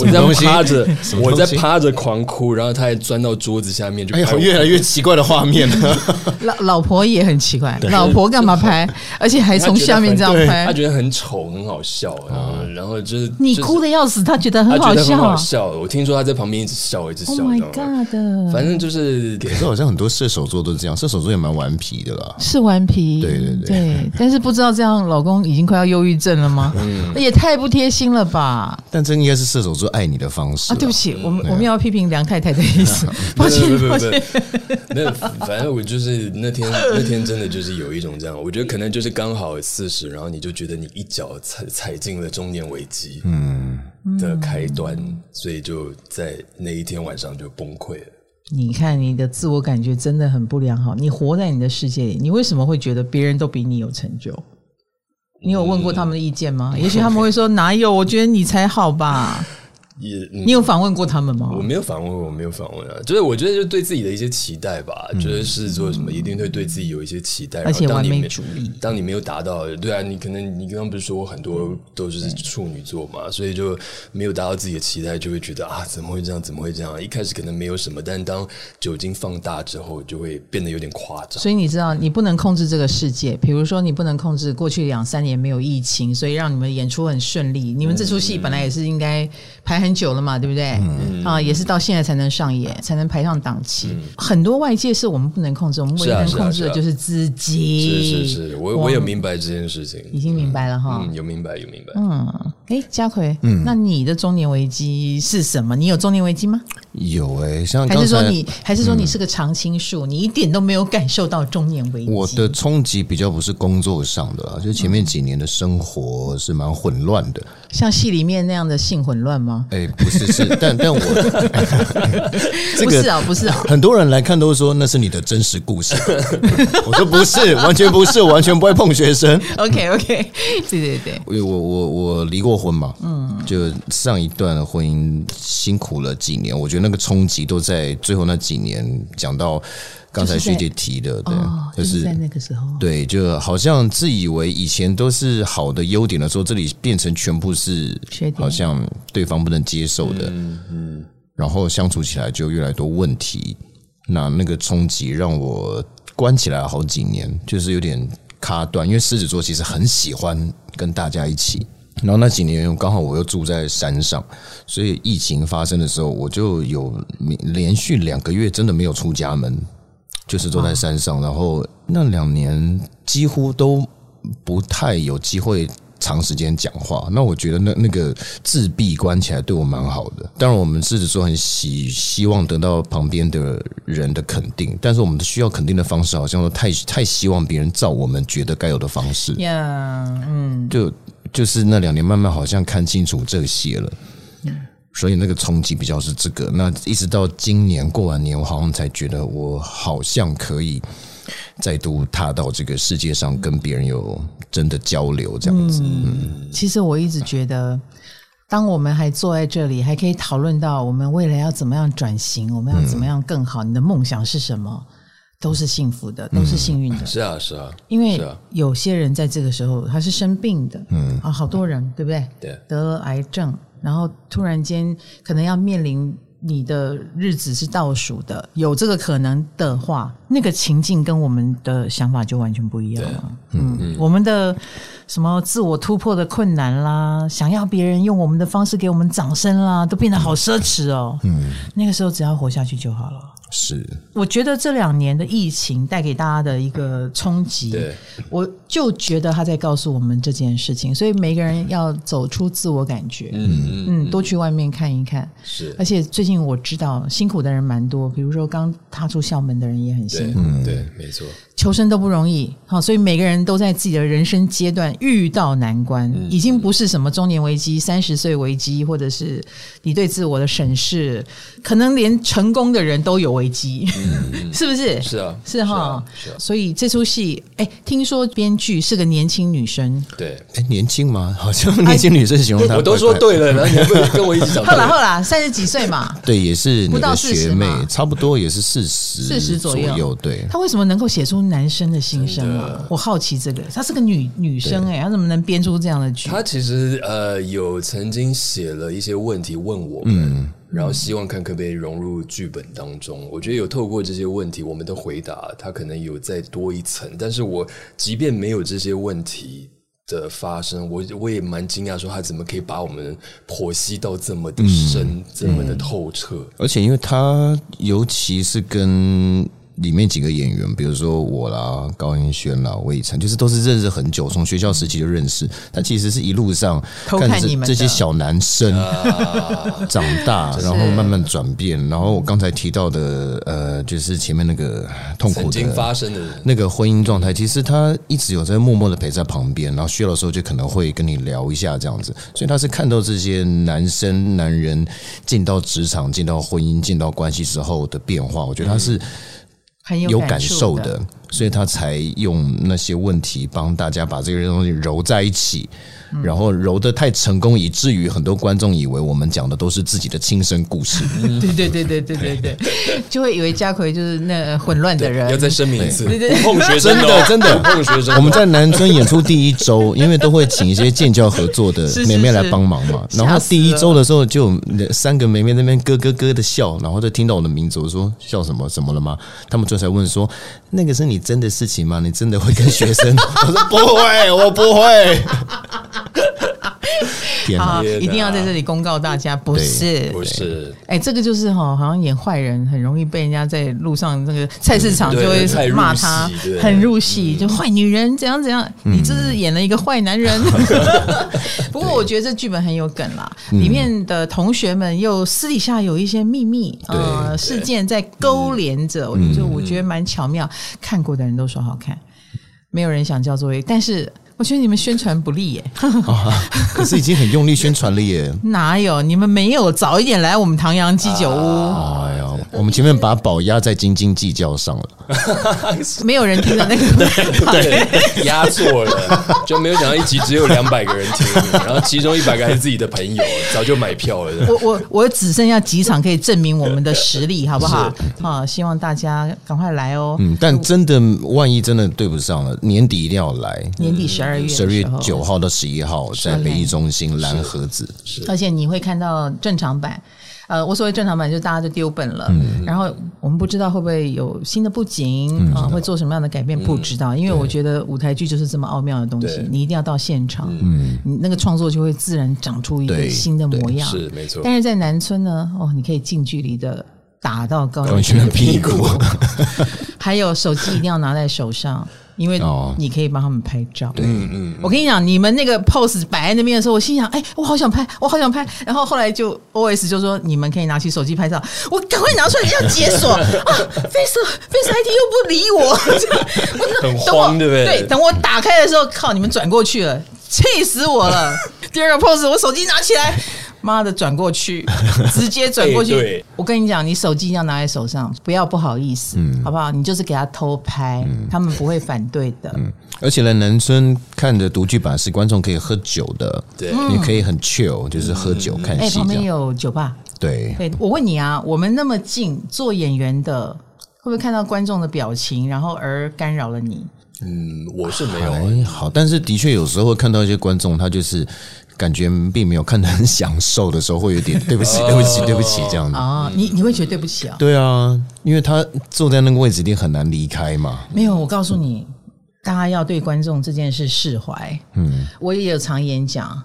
Speaker 2: 我在
Speaker 3: 东西
Speaker 2: 趴着
Speaker 3: 什，么
Speaker 2: 我
Speaker 3: 东西
Speaker 2: 在趴着狂哭，然后他还钻到桌子下面就
Speaker 3: 哎
Speaker 2: 拍
Speaker 3: 呀，
Speaker 2: 我，
Speaker 3: 越来越奇怪的画面了。
Speaker 1: 老老婆也很奇怪，老婆干嘛 拍，而且还
Speaker 2: 他
Speaker 1: 从
Speaker 2: 觉得
Speaker 1: 下面
Speaker 2: 很
Speaker 1: 这样
Speaker 2: 对他
Speaker 1: 拍，
Speaker 2: 觉得很丑，很好笑，
Speaker 3: 哦
Speaker 2: 嗯然后就是
Speaker 1: 你
Speaker 2: 就是
Speaker 1: 哭的要死，他觉得
Speaker 2: 他
Speaker 1: 很
Speaker 2: 觉
Speaker 1: 好
Speaker 2: 得很
Speaker 1: 笑
Speaker 2: 好
Speaker 1: 啊。
Speaker 2: 笑，我听说他在旁边一直笑，一直笑
Speaker 1: Oh my
Speaker 2: 你知道吗
Speaker 1: god！
Speaker 2: 反正就是
Speaker 3: 可是好像很多射手座都这样，射手座也蛮顽皮的啦。
Speaker 1: 是顽皮，
Speaker 3: 对对
Speaker 1: 对但是不知道这样，老公已经快要忧郁症了 吗？也太不贴心了吧！
Speaker 3: 但这应该是射手座爱你的方式
Speaker 1: 啊，
Speaker 3: 啦。
Speaker 1: 对不起，我们我们要批评梁太太的意 思， 抱歉
Speaker 2: 不不
Speaker 1: 抱
Speaker 2: 不
Speaker 1: 歉。
Speaker 2: 不， 没有，反正我就是那天那天真的就是有一种这样，我觉得可能就是刚好四十，然后你就觉得你一脚踩踩进了中年危机，嗯的开端，所以就在那一天晚上就崩溃了。
Speaker 1: 你看你的自我感觉真的很不良好，你活在你的世界里，你为什么会觉得别人都比你有成就？你有问过他们的意见吗？也许他们会说哪有，我觉得你才好吧。
Speaker 2: 也嗯
Speaker 1: 你有访问过他们吗？
Speaker 2: 我没有访问，我没有访问啊，就是我觉得就对自己的一些期待吧，就是狮子座什么一定会对自己有一些期待，
Speaker 1: 嗯而且
Speaker 2: 然后当你
Speaker 1: 完美
Speaker 2: 没
Speaker 1: 主义
Speaker 2: 当你没有达到，对啊，你可能你刚刚不是说我很多都是处女座嘛，所以就没有达到自己的期待，就会觉得啊，怎么会这样？怎么会这样？一开始可能没有什么，但当酒精放大之后，就会变得有点夸张。
Speaker 1: 所以你知道，你不能控制这个世界。比如说，你不能控制过去两三年没有疫情，所以让你们演出很顺利。你们这出戏本来也是应该排很久了嘛，对不对？
Speaker 2: 嗯
Speaker 1: 啊，也是到现在才能上演，才能排上档期。很多外界是我们不能控制，我们唯一
Speaker 2: 是啊
Speaker 1: 能
Speaker 2: 是啊
Speaker 1: 控制的
Speaker 2: 是啊
Speaker 1: 就是自
Speaker 2: 是
Speaker 1: 己。
Speaker 2: 是是，我我也明白这件事情，
Speaker 1: 已经明白了哈。
Speaker 2: 嗯，有嗯明白有明白。
Speaker 1: 嗯，哎，佳奎，那你的中年危机是什么？你有中年危机吗？
Speaker 3: 有哎、像
Speaker 1: 还
Speaker 3: 刚
Speaker 1: 是说
Speaker 3: 才
Speaker 1: 你，还是说
Speaker 2: 嗯
Speaker 1: 你是个常青树？你一点都没有感受到中年危机？
Speaker 3: 我的冲击比较不是工作上的啦，
Speaker 1: 嗯
Speaker 3: 就前面几年的生活是蛮混乱的。
Speaker 1: 像戏里面那样的性混乱 吗？
Speaker 3: 哎、不是是，但但我这
Speaker 1: 不
Speaker 3: 个
Speaker 1: 是啊，不是啊，
Speaker 3: 很多人来看都说那是你的真实故事， 我说不是，完全不是，我完全不会碰学生。
Speaker 1: OK OK，对 对对，
Speaker 3: 我我我我离过婚嘛，嗯，就上一段的婚姻辛苦了几年，我觉得那个冲击都在最后那几年。讲到刚才
Speaker 1: 就是在
Speaker 3: 学姐提的，对，
Speaker 1: 哦，
Speaker 3: 就
Speaker 1: 就是是在那个时候，
Speaker 3: 对，就好像自以为以前都是好的优点的时候，这里变成全部是
Speaker 1: 缺点
Speaker 3: 好像对方不能接受的，然后相处起来就越来越多问题。那那个冲击让我关起来好几年，就是有点卡断，因为狮子座其实很喜欢跟大家一起。然后那几年刚好我又住在山上，所以疫情发生的时候，我就有连续两个月真的没有出家门，就是都在山上，然后那两年几乎都不太有机会。长时间讲话，那我觉得那那个自闭关起来对我蛮好的。当然，我们狮子座很希希望得到旁边的人的肯定，但是我们的需要肯定的方式好像都太太希望别人照我们觉得该有的方式。
Speaker 1: 呀，嗯，
Speaker 3: 就就是那两年慢慢好像看清楚这些了，所以那个冲击比较是这个。那一直到今年过完年，我好像才觉得我好像可以再度踏到这个世界上，跟别人有真的交流这样
Speaker 1: 嗯
Speaker 3: 子。
Speaker 1: 其实我一直觉得，当我们还坐在这里，还可以讨论到我们未来要怎么样转型，我们要怎么样更好，你的梦想是什么，都是幸福的，都是幸运的。
Speaker 2: 是啊，是啊，
Speaker 1: 因为
Speaker 2: 是啊
Speaker 1: 有些人在这个时候他是生病的，嗯啊，好多人对不对？
Speaker 2: 对
Speaker 1: 得了癌症，然后突然间可能要面临你的日子是倒数的，有这个可能的话，那个情境跟我们的想法就完全不一样了。嗯，我们的什么自我突破的困难啦，想要别人用我们的方式给我们掌声啦，都变得好奢侈哦。嗯，那个时候只要活下去就好了。
Speaker 3: 是，
Speaker 1: 我觉得这两年的疫情带给大家的一个冲击，
Speaker 2: 对，
Speaker 1: 我就觉得他在告诉我们这件事情，所以每个人要走出自我感觉，
Speaker 2: 嗯嗯，
Speaker 1: 嗯，多去外面看一看。
Speaker 2: 是，
Speaker 1: 而且最近我知道辛苦的人蛮多，比如说刚踏出校门的人也很辛
Speaker 2: 对
Speaker 1: 苦，
Speaker 2: 对，没错，
Speaker 1: 求生都不容易，好，所以每个人都在自己的人生阶段遇到难关，
Speaker 2: 嗯
Speaker 1: 已经不是什么中年危机、三十岁危机，或者是你对自我的审视，可能连成功的人都有危机， 是不是？
Speaker 2: 嗯是啊，
Speaker 1: 是哈
Speaker 2: 啊，是啊，
Speaker 1: 所以这出戏，哎、听说编剧是个年轻女生，
Speaker 2: 对，
Speaker 3: 哎、年轻吗？ 好像年轻女生形容她
Speaker 2: 我都说
Speaker 3: 怪怪
Speaker 2: 对
Speaker 3: 的。
Speaker 2: 了，然后你还不能跟 我一起讲
Speaker 1: 后啦后啦，三十几岁嘛，
Speaker 3: 对，也是你
Speaker 1: 不到
Speaker 3: 的
Speaker 1: 40
Speaker 3: 学妹
Speaker 1: 嘛，
Speaker 3: 差不多也是四十
Speaker 1: 40左右
Speaker 3: 右，对，
Speaker 1: 她为什么能够写出男生的心声
Speaker 2: 真
Speaker 1: 啊？我好奇这个，她是个女女生哎、她怎么能编出这样的剧？
Speaker 2: 他其实呃有曾经写了一些问题问我们，
Speaker 3: 嗯
Speaker 2: 然后希望看可不可以融入剧本当中。我觉得有透过这些问题我们的回答，他可能有再多一层。但是我即便没有这些问题。的发生，我我也蛮惊讶，说他怎么可以把我们剖析到这么的深，
Speaker 3: 嗯
Speaker 2: 这么的透彻？
Speaker 3: 而且因为他尤其是跟里面几个演员，比如说我啦、高英轩啦、魏以晨，就是都是认识很久，从学校时期就认识。他其实是一路上
Speaker 1: 偷看
Speaker 3: 着
Speaker 1: 你们的
Speaker 3: 这些小男生
Speaker 2: 啊
Speaker 3: 长 大，然后慢慢转变。然后我刚才提到的，呃，就是前面那个痛苦
Speaker 2: 曾
Speaker 3: 的
Speaker 2: 经发生的人，
Speaker 3: 那个婚姻状态，其实他一直有在默默的陪在旁边，然后需要的时候就可能会跟你聊一下这样子。所以他是看到这些男生、男人进到职场、进到婚姻、进到关系之后的变化，我觉得他是
Speaker 1: 很
Speaker 3: 嗯有
Speaker 1: 感
Speaker 3: 感受
Speaker 1: 的。
Speaker 3: 的，所以他才用那些问题帮大家把这个东西揉在一起，然后揉得太成功，以至于很多观众以为我们讲的都是自己的亲身故事。
Speaker 1: 对对对对对对对，就会以为家奎就是那呃混乱的人
Speaker 2: 要。再声明一次，
Speaker 1: 对对
Speaker 2: 不碰学生
Speaker 3: 真
Speaker 2: 哦
Speaker 3: 的，真的
Speaker 2: 不碰学生哦。
Speaker 3: 我们在南村演出第一周，因为都会请一些建教合作的
Speaker 1: 是是
Speaker 3: 妹妹来帮忙嘛。
Speaker 1: 是
Speaker 3: 然后
Speaker 1: 吓死
Speaker 3: 第一周的时候，就有三个妹妹在那边咯咯咯的笑，然后就听到我的名字，我说笑什么？怎么了吗？他们这才问说，那个是你真的事情吗？你真的会跟学生？ 我说不会，我不会。 天哪！
Speaker 1: 啊，
Speaker 2: 天哪
Speaker 1: 一定要在这里公告大家，不是。
Speaker 2: 不是
Speaker 1: 哎、这个就是哈，好像演坏人很容易被人家在路上那个菜市场就
Speaker 2: 对
Speaker 1: 会
Speaker 2: 太入
Speaker 1: 骂他
Speaker 2: 戏，对嗯
Speaker 1: 很入戏，就坏女人怎样怎样，你这是演了一个坏男 人。不过我觉得这剧本很有梗啦，
Speaker 2: 嗯
Speaker 1: 里面的同学们又私底下有一些秘密呃
Speaker 3: 对
Speaker 1: 事件在
Speaker 2: 嗯
Speaker 1: 勾连着，我就我觉得蛮巧妙，看过的人都说好看，没有人想交作业，但是我觉得你们宣传不 力耶、
Speaker 3: 啊可是已经很用力宣传了耶。
Speaker 1: 哪有？你们没有早一点来我们唐阳鸡酒屋，
Speaker 2: 啊哦
Speaker 3: 哎呀，我们前面把宝压在斤斤计较上了。
Speaker 1: 没有人听的那 个
Speaker 2: 对，压错了，就没有想到一集只有两百个人听，然后其中一百个还是自己的朋友，早就买票了。
Speaker 1: 我我我只剩下几场可以证明我们的实力，好不好？啊，希望大家赶快来哦！
Speaker 3: 嗯，但真的，万一真的对不上了，年底一定要来。
Speaker 1: 年底十二月的
Speaker 3: 十二月
Speaker 1: 时候
Speaker 3: 九，号到十一号在北艺中心蓝盒子，
Speaker 1: 而且你会看到正常版。呃，我所谓正常版就是大家就丢本了，
Speaker 3: 嗯
Speaker 1: 然后我们不知道会不会有新的布景啊、会做什么样的改变，不知道，因为我觉得舞台剧就是这么奥妙的东西
Speaker 2: 对，
Speaker 1: 你一定要到现场，你那个创作就会自然长出一个
Speaker 3: 嗯对
Speaker 1: 新的模样。
Speaker 2: 是没错，
Speaker 1: 但是在南村呢，哦，你可以近距离的打到高
Speaker 3: 高
Speaker 1: 圆
Speaker 3: 圆
Speaker 1: 圈
Speaker 3: 圈的屁股，
Speaker 1: 还有手机一定要拿在手上，因为
Speaker 3: 哦
Speaker 1: 你可以帮他们拍照。嗯嗯，我跟你讲，你们那个 pose 摆在那边的时候，我心想，哎，我好想拍，我好想拍。然后后来就 OS 就说，你们可以拿起手机拍照，我赶快拿出来要解锁啊，Face Face ID 又不理我， 我说等
Speaker 2: 很
Speaker 1: 我
Speaker 2: 慌对不对
Speaker 1: 对，等我打开的时候，靠，你们转过去了，气死我了！第二个 pose，我手机拿起来，妈的，转过去，直接转过去。
Speaker 2: 哎对
Speaker 1: 我跟你讲，你手机一定要拿在手上，不要不好意思，好不好？你就是给他偷拍，他们不会反对的。
Speaker 3: 而且呢，南村看的独剧版是观众可以喝酒的，
Speaker 2: 对
Speaker 3: 你可以很 chill，就是喝酒看
Speaker 1: 嗯哎、
Speaker 3: 戏
Speaker 1: 旁
Speaker 3: 这
Speaker 1: 边
Speaker 3: 样。
Speaker 1: 有酒吧，
Speaker 3: 对，
Speaker 1: 对我问你啊，我们那么近，做演员的会不会看到观众的表情，然后而干扰了你？
Speaker 2: 嗯，我是没有啊，
Speaker 3: 还哎好，但是的确有时候会看到一些观众，他就是感觉并没有看得很享受的时候，会有点对不起，
Speaker 1: 哦
Speaker 3: 对不起，对不起这样子。
Speaker 1: 啊、你你会觉得对不起啊、
Speaker 3: 对啊，因为他坐在那个位置一定很难离开嘛。
Speaker 1: 没有，我告诉你，大家要对观众这件事释怀。嗯，我也有常演讲，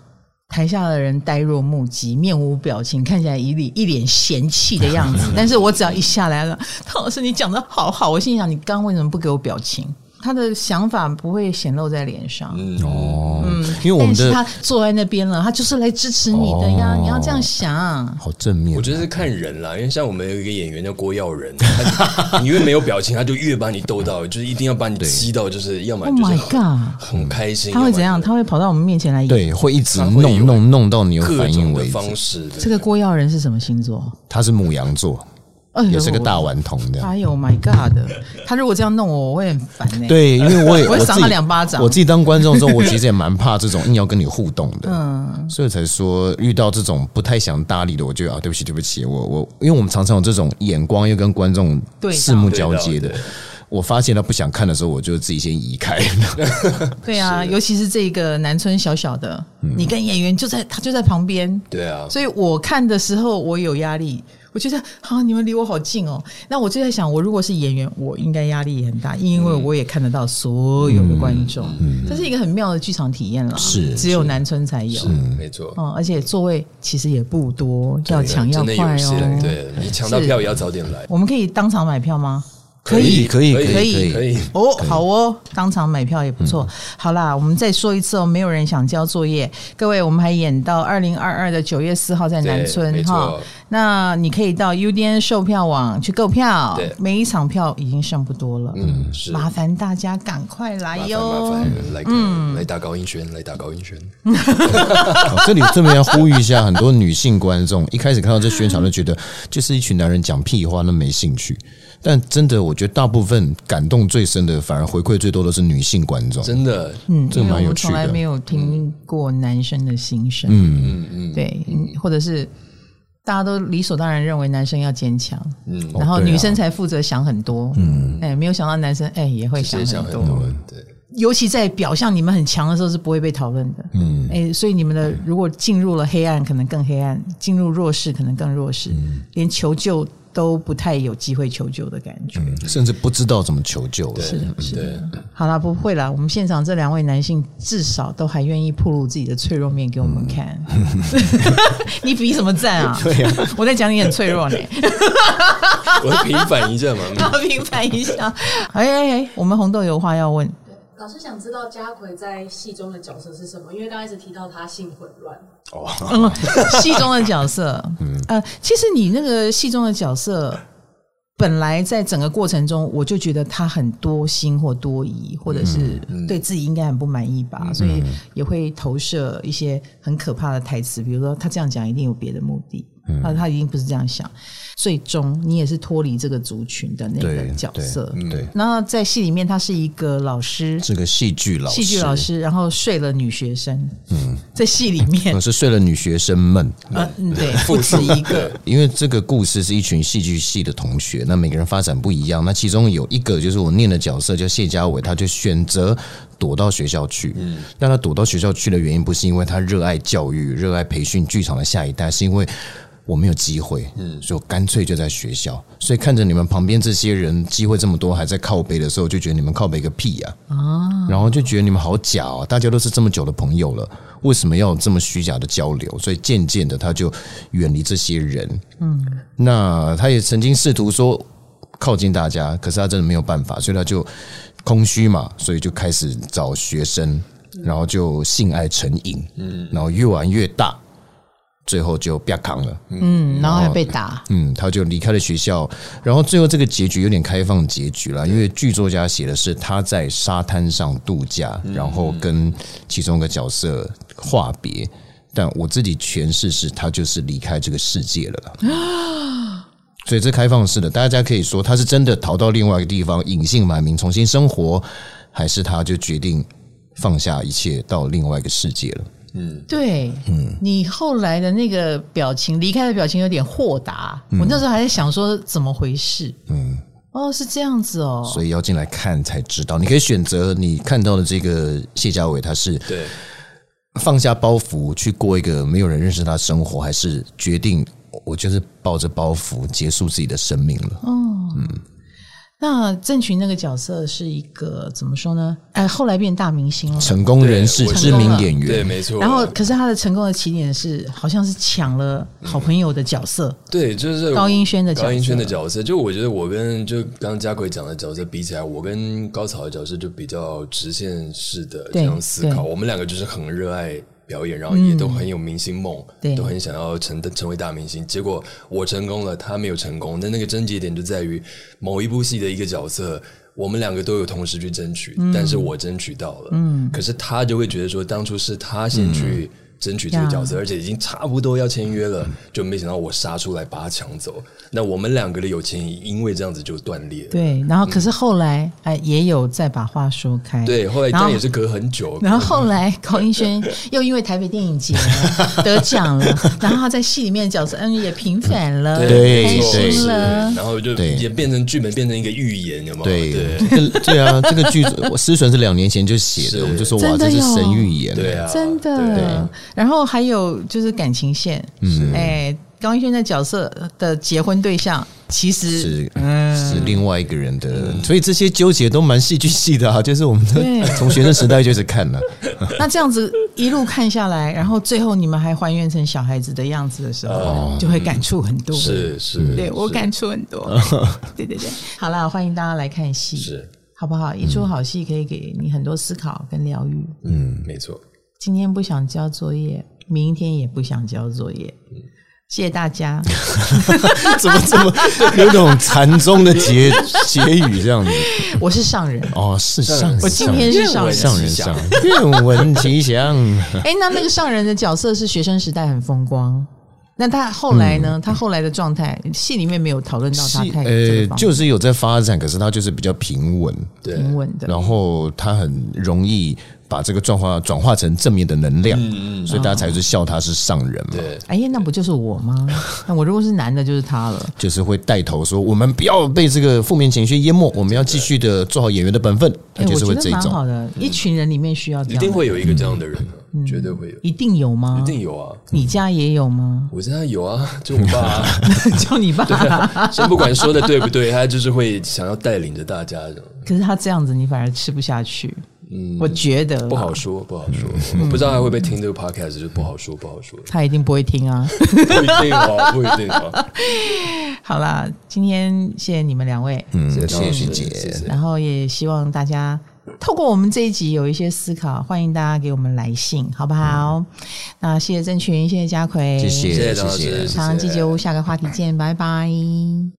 Speaker 1: 台下的人呆若木鸡，面无表情，看起来一脸一脸嫌弃的样 子。但是我只要一下来了，唐老师你讲的好好，我心里想你刚为什么不给我表情？他的想法不会显露在脸上。
Speaker 3: 哦，因为我们
Speaker 1: 嗯但是
Speaker 3: 的
Speaker 1: 他坐在那边了，他就是来支持你的呀！
Speaker 3: 哦
Speaker 1: 你要这样想，
Speaker 3: 好正面，哦
Speaker 2: 我觉得是看人啦，因为像我们有一个演员叫郭耀仁，他你越没有表情，他就越把你逗到，就是一定要把你激到，就是要么
Speaker 1: Oh
Speaker 2: 就是
Speaker 1: my
Speaker 2: 很
Speaker 1: god
Speaker 2: 很开心，
Speaker 1: 他会
Speaker 2: 要么
Speaker 1: 怎样？他会跑到我们面前来演。
Speaker 3: 对，会一直
Speaker 2: 他会有
Speaker 3: 弄弄弄到你有
Speaker 2: 各
Speaker 3: 反
Speaker 2: 种
Speaker 3: 应
Speaker 2: 的
Speaker 3: 为止。
Speaker 2: 方式。对
Speaker 1: 这个郭耀仁是什么星座？
Speaker 3: 他是母羊座，
Speaker 1: 哎呦
Speaker 3: 也是个大顽童这样。
Speaker 1: 哎呦 my god！他如果这样弄我，我会很烦欸呢、，
Speaker 3: 对，因为我 也
Speaker 1: 我会
Speaker 3: 自
Speaker 1: 赏他
Speaker 3: 己
Speaker 1: 两巴掌
Speaker 3: 我自己当观众的时候，我其实也蛮怕这种硬要跟你互动的，嗯，所以才说遇到这种不太想搭理的，我就啊，对不起，对不起，我我，因为我们常常有这种眼光又跟观众
Speaker 1: 对到
Speaker 3: 四目交接
Speaker 2: 对
Speaker 3: 的
Speaker 2: 到对。
Speaker 3: 我发现他不想看的时候，我就自己先移开。
Speaker 1: 对啊，尤其是这个南村小小的，
Speaker 2: 嗯
Speaker 1: 你跟演员就在他就在旁边，
Speaker 2: 对啊，
Speaker 1: 所以我看的时候我有压力，我觉得啊，你们离我好近哦。那我就在想，我如果是演员，我应该压力也很大，因为我也看得到所有的观众，
Speaker 2: 嗯
Speaker 1: 这是一个很妙的剧场体验了，
Speaker 3: 是
Speaker 1: 只有南村才有
Speaker 2: 是。没错。
Speaker 1: 哦，而且座位其实也不多，要抢要
Speaker 2: 真的有
Speaker 1: 快
Speaker 2: 限
Speaker 1: 哦。
Speaker 2: 对你抢到
Speaker 1: 是
Speaker 2: 票也要早点来。
Speaker 1: 我们可以当场买票吗？
Speaker 3: 可以 可以
Speaker 2: 可 以
Speaker 1: 可以
Speaker 2: 可以，
Speaker 1: 哦，好哦，当场买票也不
Speaker 2: 嗯
Speaker 1: 错。好啦，我们再说一次哦，没有人想交作业，各位，我们还演到二零二二的九月四号在南
Speaker 2: 对
Speaker 1: 村
Speaker 2: 没
Speaker 1: 哈
Speaker 2: 错。
Speaker 1: 那你可以到 UDN 售票网去购票
Speaker 2: 对，
Speaker 1: 每一场票已经剩不多了，
Speaker 2: 嗯，是
Speaker 1: 麻烦大家赶快来
Speaker 2: 麻烦麻
Speaker 1: 哟。
Speaker 2: 烦，来
Speaker 1: 嗯
Speaker 2: 个来打高音圈，来打高音圈，
Speaker 3: 好哦这里这边要呼吁一下，很多女性观众一开始看到这宣传就觉得就是一群男人讲屁话，那没兴趣。但真的，我觉得大部分感动最深的，反而回馈最多的是女性观众。
Speaker 2: 真的
Speaker 1: 嗯，
Speaker 3: 这
Speaker 1: 因为我
Speaker 3: 个蛮有
Speaker 1: 们
Speaker 3: 趣
Speaker 1: 从来
Speaker 3: 的
Speaker 1: 没有听过男生的心声。嗯嗯嗯，对，嗯或者是大家都理所当然认为男生要坚强，嗯，然后
Speaker 3: 对啊
Speaker 1: 女生才负责想很多，嗯，哎，没有想到男生哎也会想
Speaker 2: 谁想
Speaker 1: 很
Speaker 2: 很
Speaker 1: 多，
Speaker 2: 多，对，
Speaker 1: 尤其在表象你们很强的时候是不会被讨论的，嗯，哎，所以你们的如果进入了黑暗，可能更黑暗；进入弱势，可能更弱势，连求救都不太有机会求救的感觉。
Speaker 3: 嗯甚至不知道怎么求救了。
Speaker 1: 是的，是的。好啦，不会啦，我们现场这两位男性至少都还愿意暴露自己的脆弱面给我们看。 你比什么赞啊？嗯对呀、 我在讲你很脆弱呢，
Speaker 2: 我平反一下嘛。嗯
Speaker 1: 要平反一下。哎哎哎，我们红豆有话要问。
Speaker 4: 老师想知道家奎在戏中的角色是什么，因为刚开始提到他性混乱，
Speaker 2: 哦
Speaker 1: 嗯， 戏中的角色，
Speaker 3: 嗯
Speaker 1: 呃，其实你那个戏中的角色，本来在整个过程中，我就觉得他很多心或多疑，或者是
Speaker 3: 嗯
Speaker 1: 对自己应该很不满意吧，所以也会投射一些很可怕的台词，比如说他这样讲一定有别的目的。
Speaker 3: 嗯
Speaker 1: 啊，他一定不是这样想。最终，你也是脱离这个族群的那个
Speaker 3: 对
Speaker 1: 角
Speaker 3: 嗯对
Speaker 1: 色。
Speaker 3: 对，
Speaker 1: 那在戏里面，他是一个老师，
Speaker 3: 是个戏剧老师，
Speaker 1: 戏剧老，师，然后睡了女学生。嗯，在戏里面
Speaker 3: 我，是睡了女学生们。
Speaker 1: 呃，嗯，对，不止一个，
Speaker 3: 因为这个故事是一群戏剧系的同学，那每个人发展不一样。那其中有一个就是我念的角色叫谢家伟，他就选择躲到学校去。嗯，但他躲到学校去的原因不是因为他热爱教育、热爱培训剧场的下一代，是因为。我没有机会，嗯，所以我干脆就在学校。所以看着你们旁边这些人机会这么多，还在靠背的时候，就觉得你们靠背个屁呀、然后就觉得你们好假哦，大家都是这么久的朋友了，为什么要有这么虚假的交流？所以渐渐的，他就远离这些人。嗯，那他也曾经试图说靠近大家，可是他真的没有办法，所以他就空虚嘛，所以就开始找学生，然后就性爱成瘾，嗯，然后越玩越大，最后就啪扛了，
Speaker 1: 嗯，然后还被打，
Speaker 3: 嗯，他就离开了学校，然后最后这个结局有点开放结局了，因为剧作家写的是他在沙滩上度假，然后跟其中一个角色话别，但我自己诠释是他就是离开这个世界了啦。所以这开放式的，大家可以说他是真的逃到另外一个地方，隐姓埋名重新生活，还是他就决定放下一切到另外一个世界了？
Speaker 1: 对，你后来的那个表情，离开的表情有点豁达，我那时候还在想说怎么回事，嗯，哦，是这样子哦，
Speaker 3: 所以要进来看才知道。你可以选择你看到的这个谢家伟，他是
Speaker 2: 对，
Speaker 3: 放下包袱去过一个没有人认识他的生活，还是决定我就是抱着包袱结束自己的生命了？
Speaker 1: 哦那郑群那个角色是一个怎么说呢？哎，后来变大明星了。
Speaker 3: 成功人士、
Speaker 2: 对我
Speaker 3: 知名演
Speaker 2: 对，
Speaker 3: 员，
Speaker 2: 没错。
Speaker 1: 然后，可是他的成功的起点是，好像是抢了好朋友的角色，
Speaker 2: 对，就是
Speaker 1: 高英轩的角色
Speaker 2: 高英轩的角色，就我觉得我跟就刚刚嘉奎讲的角色比起来，我跟高草的角色就比较直线式的这
Speaker 1: 对
Speaker 2: 样思考。
Speaker 1: 对
Speaker 2: 我们两个就是很热爱表演，然后也都很有明星梦，
Speaker 1: 对
Speaker 2: 都很想要成成为大明星。结果我成功了，他没有成功。那那个症结点就在于某一部戏的一个角色。我们两个都有同时去争取，
Speaker 1: 嗯
Speaker 2: 但是我争取到了，嗯，可是他就会觉得说，当初是他先去争取这个
Speaker 1: 嗯呀
Speaker 2: 角色，而且已经差不多要签约了，就没想到我杀出来把他抢走。那我们两个的友情也因为这样子就断裂了。
Speaker 1: 对。然后，可是后来，哎，也有再把话说开，
Speaker 2: 对，后来
Speaker 1: 然后
Speaker 2: 但也是隔很久，
Speaker 1: 然后后来高英 轩又因为台北电影节得奖了，然后他在戏里面的角色嗯也平反了，
Speaker 3: 对
Speaker 1: 开
Speaker 2: 没错
Speaker 3: 对
Speaker 1: 心
Speaker 2: 是
Speaker 1: 了。
Speaker 2: 然后就
Speaker 3: 对
Speaker 2: 也变成剧本变成一个预言，有没有？
Speaker 3: 对，这个对啊，这个剧 我思纯是两年前就写
Speaker 2: 是
Speaker 3: 的，我们就说
Speaker 1: 真
Speaker 3: 哇，
Speaker 1: 的
Speaker 3: 这是
Speaker 1: 哟
Speaker 3: 神预言，
Speaker 2: 对啊，
Speaker 1: 真的。然后还有就是感情线，嗯，哎，高英轩的角色的结婚对象其实
Speaker 3: 是
Speaker 2: 嗯
Speaker 3: 是另外一个人的，所以这些纠结都蛮戏剧系的啊， 就是我们
Speaker 1: 对
Speaker 3: 的从学生时代就一直看啊 了，
Speaker 1: 那这样子一路看下来，然后最后你们还还原成小孩子的样子的时
Speaker 3: 哦
Speaker 1: 候，就会感触很多。
Speaker 2: 对，是
Speaker 3: 嗯
Speaker 2: 是，
Speaker 1: 对我感触很 多。对对对，好啦，欢迎大家来看戏，
Speaker 2: 是，
Speaker 1: 好不好？
Speaker 3: 嗯
Speaker 1: 一出好戏可以给你很多思考跟疗愈。
Speaker 2: 嗯，没错。
Speaker 1: 今天不想交作业，明天也不想交作业。
Speaker 3: 嗯
Speaker 1: 谢谢大家，
Speaker 3: 怎么怎么有种禅宗的结结语这样子
Speaker 1: 我是上 人。
Speaker 3: 哦，是上
Speaker 1: 我今天是上人。
Speaker 3: 上人上人愿闻其详。
Speaker 1: 哎、那那个上人的角色是学生时代很风光，那他后来呢？他后来的状态，戏里面没有讨论到他太这个
Speaker 3: 嗯呃，
Speaker 1: 方面
Speaker 3: 就是呃有在发展，可是他就是比较平稳，
Speaker 2: 对，
Speaker 1: 平稳的。
Speaker 3: 然后他很容易把这个状况转化成正面的能量，所以大家才是笑他是上人嘛，
Speaker 2: 对，
Speaker 1: 哎呀，那不就是我 吗？那我如果是男的，就是他了。
Speaker 3: 就是会带头说我们不要被这个负面情绪淹没，我们要继续的做好演员的本分，他
Speaker 1: 哎、
Speaker 3: 就
Speaker 1: 我
Speaker 3: 是
Speaker 1: 觉
Speaker 3: 会
Speaker 1: 得
Speaker 3: 这
Speaker 1: 蛮
Speaker 3: 种。嗯
Speaker 1: 好的，一群人里面需要这
Speaker 2: 一
Speaker 1: 样嗯的
Speaker 2: 定会有一个这样的人的，绝对会有，
Speaker 1: 一定有吗？
Speaker 2: 一定有啊。？
Speaker 1: 你家也有吗
Speaker 2: 我现在有啊，就我爸啊，
Speaker 1: 就你爸。
Speaker 3: 啊
Speaker 2: 先不管说的对不对，他就是会想要带领着大家这样。
Speaker 1: 可是他这样子，你反而吃不下去。
Speaker 3: 嗯
Speaker 1: 我觉得啦
Speaker 2: 不好说，不好说，我不知道他会不会听这个 podcast，就不好说，不好说，
Speaker 1: 他一定不会听 啊。
Speaker 2: 不一定哦，不一定哦。
Speaker 1: 好啦，今天谢谢你们两位，
Speaker 3: 嗯，
Speaker 2: 谢
Speaker 3: 谢
Speaker 2: 谢
Speaker 3: 谢
Speaker 2: 徐
Speaker 3: 徐
Speaker 2: 姐谢
Speaker 3: 姐
Speaker 2: 谢，
Speaker 1: 然后也希望大家透过我们这一集有一些思考，欢迎大家给我们来信，好不好？那谢谢郑群，谢谢家奎，
Speaker 3: 嗯谢
Speaker 2: 谢
Speaker 3: 谢
Speaker 2: 谢
Speaker 3: 谢
Speaker 2: 张老师，
Speaker 3: 谢
Speaker 2: 谢谢
Speaker 1: 长记酒屋，下个话题见，拜拜。